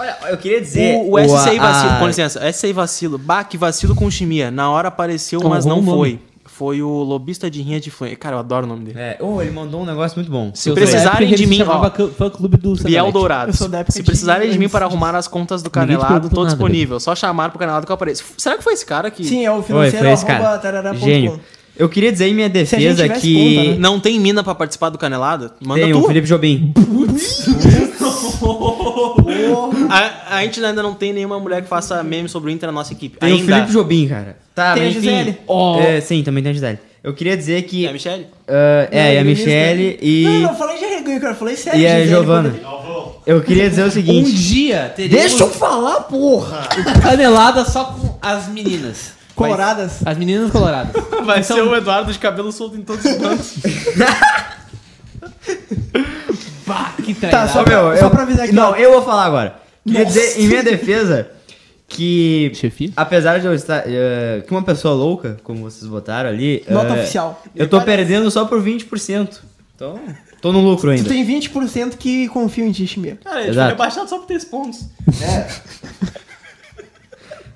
Olha, eu queria O, o SCI a- vacilo, a- com licença, SCI vacilo. Bah, que vacilo com o Chimia. Na hora apareceu, mas arrumou não um nome. foi. Foi o Lobista de Rinha de Fã. Cara, eu adoro o nome dele. É, oh, ele mandou um negócio muito bom. Se precisarem de mim, ó, Fã clube do Biel Satélite. Dourado. Eu sou da época Se de- precisarem de mim antes para disso. arrumar as contas do Ninguém te Canelado, perguntou tô nada, disponível. Só chamar pro Canelado que eu apareço. F- Será que foi esse cara que... Sim, é o Foi, financeiro foi esse arroba cara. tarará.com. Gênio. Eu queria dizer em minha Se a gente defesa tivesse que. conta, Não tem mina pra participar do Canelada? né? Manda Tem tu. o Felipe Jobim. A, a gente ainda não tem nenhuma mulher que faça meme sobre o Inter na nossa equipe. Tem o ainda. Felipe Jobim, cara. Tá, Tem mas a enfim. Gisele. Ó. É, sim, também tem a Gisele. Eu queria dizer que. É, Michele? ah, é, e a Não, Michelle e. Não, não, é eu falei de arreganho, cara. Eu falei sério. E a Gisele, Giovana. quando- Eu queria dizer o Um seguinte. dia teremos eu falar, porra! canelada só com as meninas. Coloradas. As meninas coloradas. Vai ser o Eduardo de cabelo solto em todos os cantos. Pá, que Tá, trairagem. só, meu, só eu- pra avisar aqui. Não, ó. eu vou falar agora. Queria dizer, em minha defesa, que. Chefia? Apesar de eu estar. eh, que uma pessoa louca, como vocês botaram ali. Nota eh, oficial. Eu tô perdendo só por 20%. Então. Tô no lucro Tu ainda. tem 20% que confiam em ti, Chimia. Cara, ele foi Exato. rebaixado só por 3 pontos.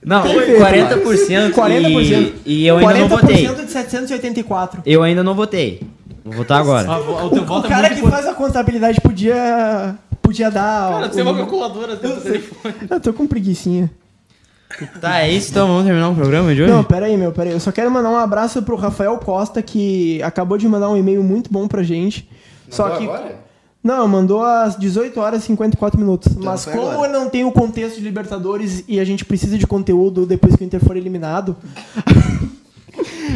Não, Perfeito, 40%. 40%. E, e eu ainda não votei. 40% de 784. Eu ainda não votei. Vou votar agora. O, o teu voto o é cara muito que importante. faz a contabilidade podia. Podia dar. Cara, o- tu tem uma calculadora dentro do telefone. Eu tô com preguiçinha. Tá, é isso. Então vamos terminar o programa de hoje? Não, pera aí, meu, pera aí. Eu só quero mandar um abraço pro Rafael Costa, que acabou de mandar um e-mail muito bom pra gente. só que. Não, mandou às 18 horas e 54 minutos. Mas como eu não tenho o contexto de Libertadores e a gente precisa de conteúdo depois que o Inter for eliminado.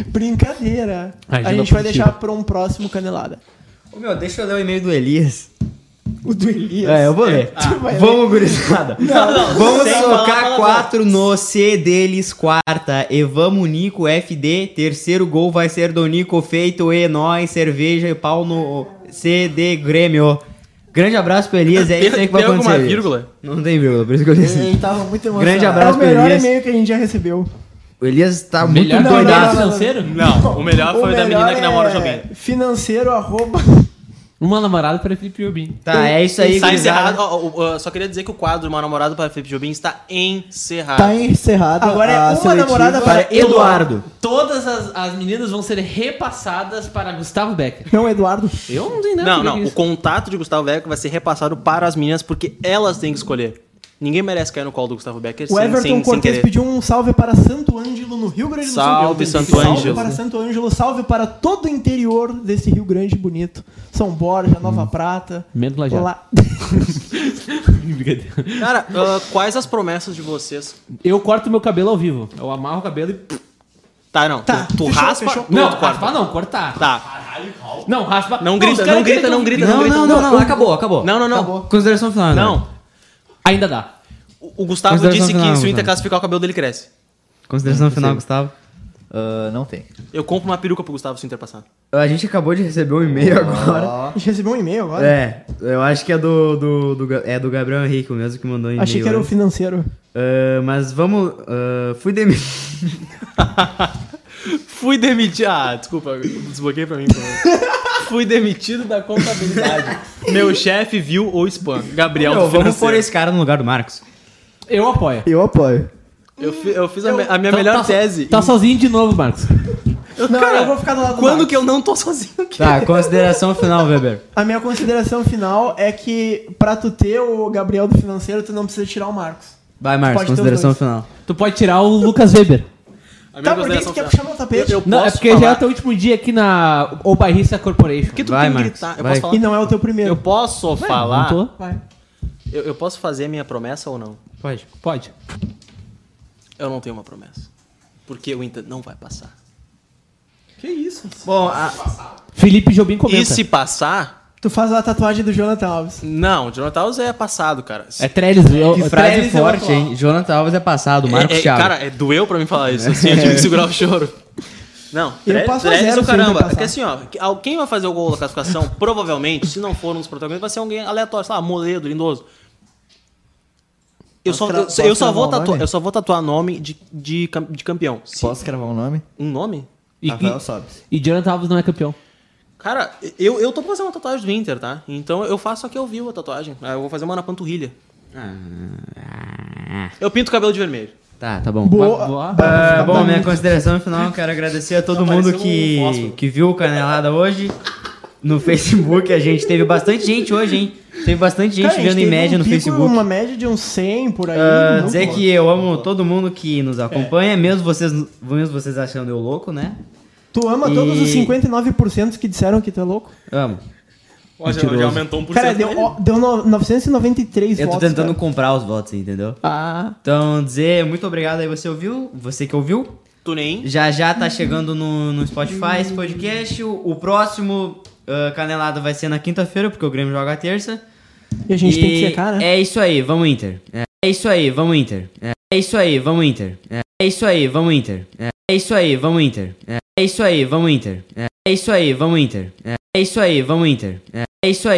Brincadeira. A Agenda gente vai positiva. deixar pra um próximo canelada. Ô, meu, deixa eu ler o e-mail do Elias. O do Elias. É, eu vou ler. Ah, Tu vai ler. Vamos, gurizada. Vamos Sem falar, socar fala 4 no C deles quarta. E vamos, Nico, FD. Terceiro gol vai ser do Nico, feito e nós, cerveja e pau no CD Grêmio. Grande abraço pro Elias, é isso aí que vai Tem acontecer. alguma Elias. vírgula? Não tem vírgula, por isso que eu disse. Ele tava muito emocionado. Grande É o abraço pro melhor Elias. e-mail que a gente já recebeu. O Elias tá muito Melhor não, doidaço. não, não. financeiro? Não, o melhor foi o da melhor menina que namora o é Jobim. Financeiro, arroba. Uma namorada para Felipe Jobim. Tá, é isso aí, Está gurizada. encerrado. Ó, ó, ó, só queria dizer que o quadro Uma Namorada para Felipe Jobim está encerrado. Tá encerrado. Agora é a uma seletiva. namorada é Para Eduardo. Todas as, as meninas vão ser repassadas para Gustavo Becker. Não, Eduardo. Eu não tenho nada Não, a ver não. com O isso. contato de Gustavo Becker vai ser repassado para as meninas porque elas têm que escolher. Ninguém merece cair no colo do Gustavo Becker O sem, Everton sem, sem Cortes querer. pediu um salve para Santo Ângelo, no Rio Grande do Salve, Sul. Santo Salve Ângelo. para Santo Ângelo, salve para todo o interior desse Rio Grande bonito. São Borja, Nova Prata. Menos lajeado. Lá... Cara, ah, quais as promessas de vocês? Eu corto meu cabelo ao vivo. Eu amarro o cabelo e. Tá, não. Tá, tu tu fechou, raspa fechou. ou Não, tu raspar corta? não, cortar. Tá. Não, raspa. Não grita, os não caras querem grita, que eu não grita, Não, não grita. não, não, não, acabou, acabou. Não, não, não. Consideração final. né? Não. Ainda dá. O o Gustavo Consideração disse final, que se o Inter Gustavo. classificar o cabelo dele cresce. Consideração final, Gustavo. Ah, não tem. Eu compro uma peruca pro Gustavo se o Inter passar. A gente acabou de receber um e-mail agora. A gente recebeu um e-mail agora. É, eu acho que é do, do, do Ga- é do Gabriel Henrique, o mesmo que mandou e-mail. é. Achei que era o antes. financeiro. Ah, mas vamos. ah, fui demitido. Fui demitido. Ah, desculpa, eu desbloqueei pra mim. por favor. Fui demitido da contabilidade. Meu chefe viu ou spam. Gabriel do Vamos pôr é financeiro. esse cara no lugar do Marcos. Eu apoio. Eu apoio. Eu, fi- eu fiz a, me- a minha melhor tá so- tese. Tá sozinho de novo, Marcos. Não, eu vou ficar do lado do Quando Marcos. que eu não tô sozinho aqui? Tá, consideração final, Weber. A minha consideração final é que pra tu ter o Gabriel do financeiro, tu não precisa tirar o Marcos. Vai, Marcos, Pode ter os consideração dois. final. Tu pode tirar o Lucas Weber. minha Tá, por que que consideração tu final. quer puxar meu tapete? Eu, eu Não, é posso porque já é o falar... teu último dia aqui na Obarrista Corporation. Porque tu Vai, tem que Marcos, gritar. Eu vai. posso falar? E não é o teu primeiro. Eu posso falar? Não tô? Vai. Eu, eu posso fazer a minha promessa ou não? Pode. Pode. Eu não tenho uma promessa. Porque o Inter não vai passar. Bom, a- Felipe Jobim comenta. E se passar... Tu faz a tatuagem do Jonathan Alves. Não, o Jonathan Alves é passado, cara. É Trellis. eu- Que eu- frase Trellis eu forte, atual. hein? Jonathan Alves é passado, Marcos É- é- Thiago. Cara, é, doeu pra mim falar isso, assim, eu tive que segurar o choro. Não, É. Eu Trellis- passo a Trellis zero é o se ele caramba. passar. Porque assim, ó, que- al- quem vai fazer o gol da classificação, provavelmente, se não for um dos protagonistas, vai ser alguém aleatório, sei lá, Moledo, Lindoso. Eu só, cra- eu, só- posso eu só vou cravar o tatuar, nome? eu só vou tatuar nome de, de, cam- de campeão. Se- Posso cravar o nome? Um nome? E, Rafael e, Sobes. e Jonathan Alves não é campeão. Cara, eu, eu tô pra fazer uma tatuagem do Inter, tá? Então eu faço a que eu vi a tatuagem. Ah, Eu vou fazer uma na panturrilha. Ah. Eu pinto o cabelo de vermelho. tá, tá bom. Boa. Boa. tá Ah, bom, minha consideração final, quero agradecer a todo mundo pareceu um que, fósforo. que viu o Canelada hoje. No Facebook, a gente teve bastante gente hoje, hein? Teve bastante gente Cara, a gente vendo em teve média um no pico, Facebook. Uma média de uns 100 por aí. Ah, não dizer pode. É. que eu amo todo mundo que nos acompanha, mesmo, vocês, mesmo vocês achando eu louco, né? Tu ama todos os E- 59% que disseram que tu é louco? Amo. Ó, já, Mentiroso. já aumentou um por Cara, cento. deu, ó, deu no- 993 Eu tô votos. tentando cara. comprar os votos, entendeu? Ah, Então, dizer muito obrigado aí, você ouviu, você que ouviu. Tunem. Já já tá chegando no, no Spotify esse podcast. O, o próximo ah, Canelada vai ser na quinta-feira, porque o Grêmio joga terça. e a gente E tem que secar, né? É isso aí, vamos Inter. É é isso aí, vamos Inter. É é isso aí, vamos Inter. É é isso aí, vamos Inter. É é isso aí, vamos Inter. É é isso aí, vamos Inter. É é isso aí, vamos Inter. É é isso aí, vamos Inter. É é isso aí.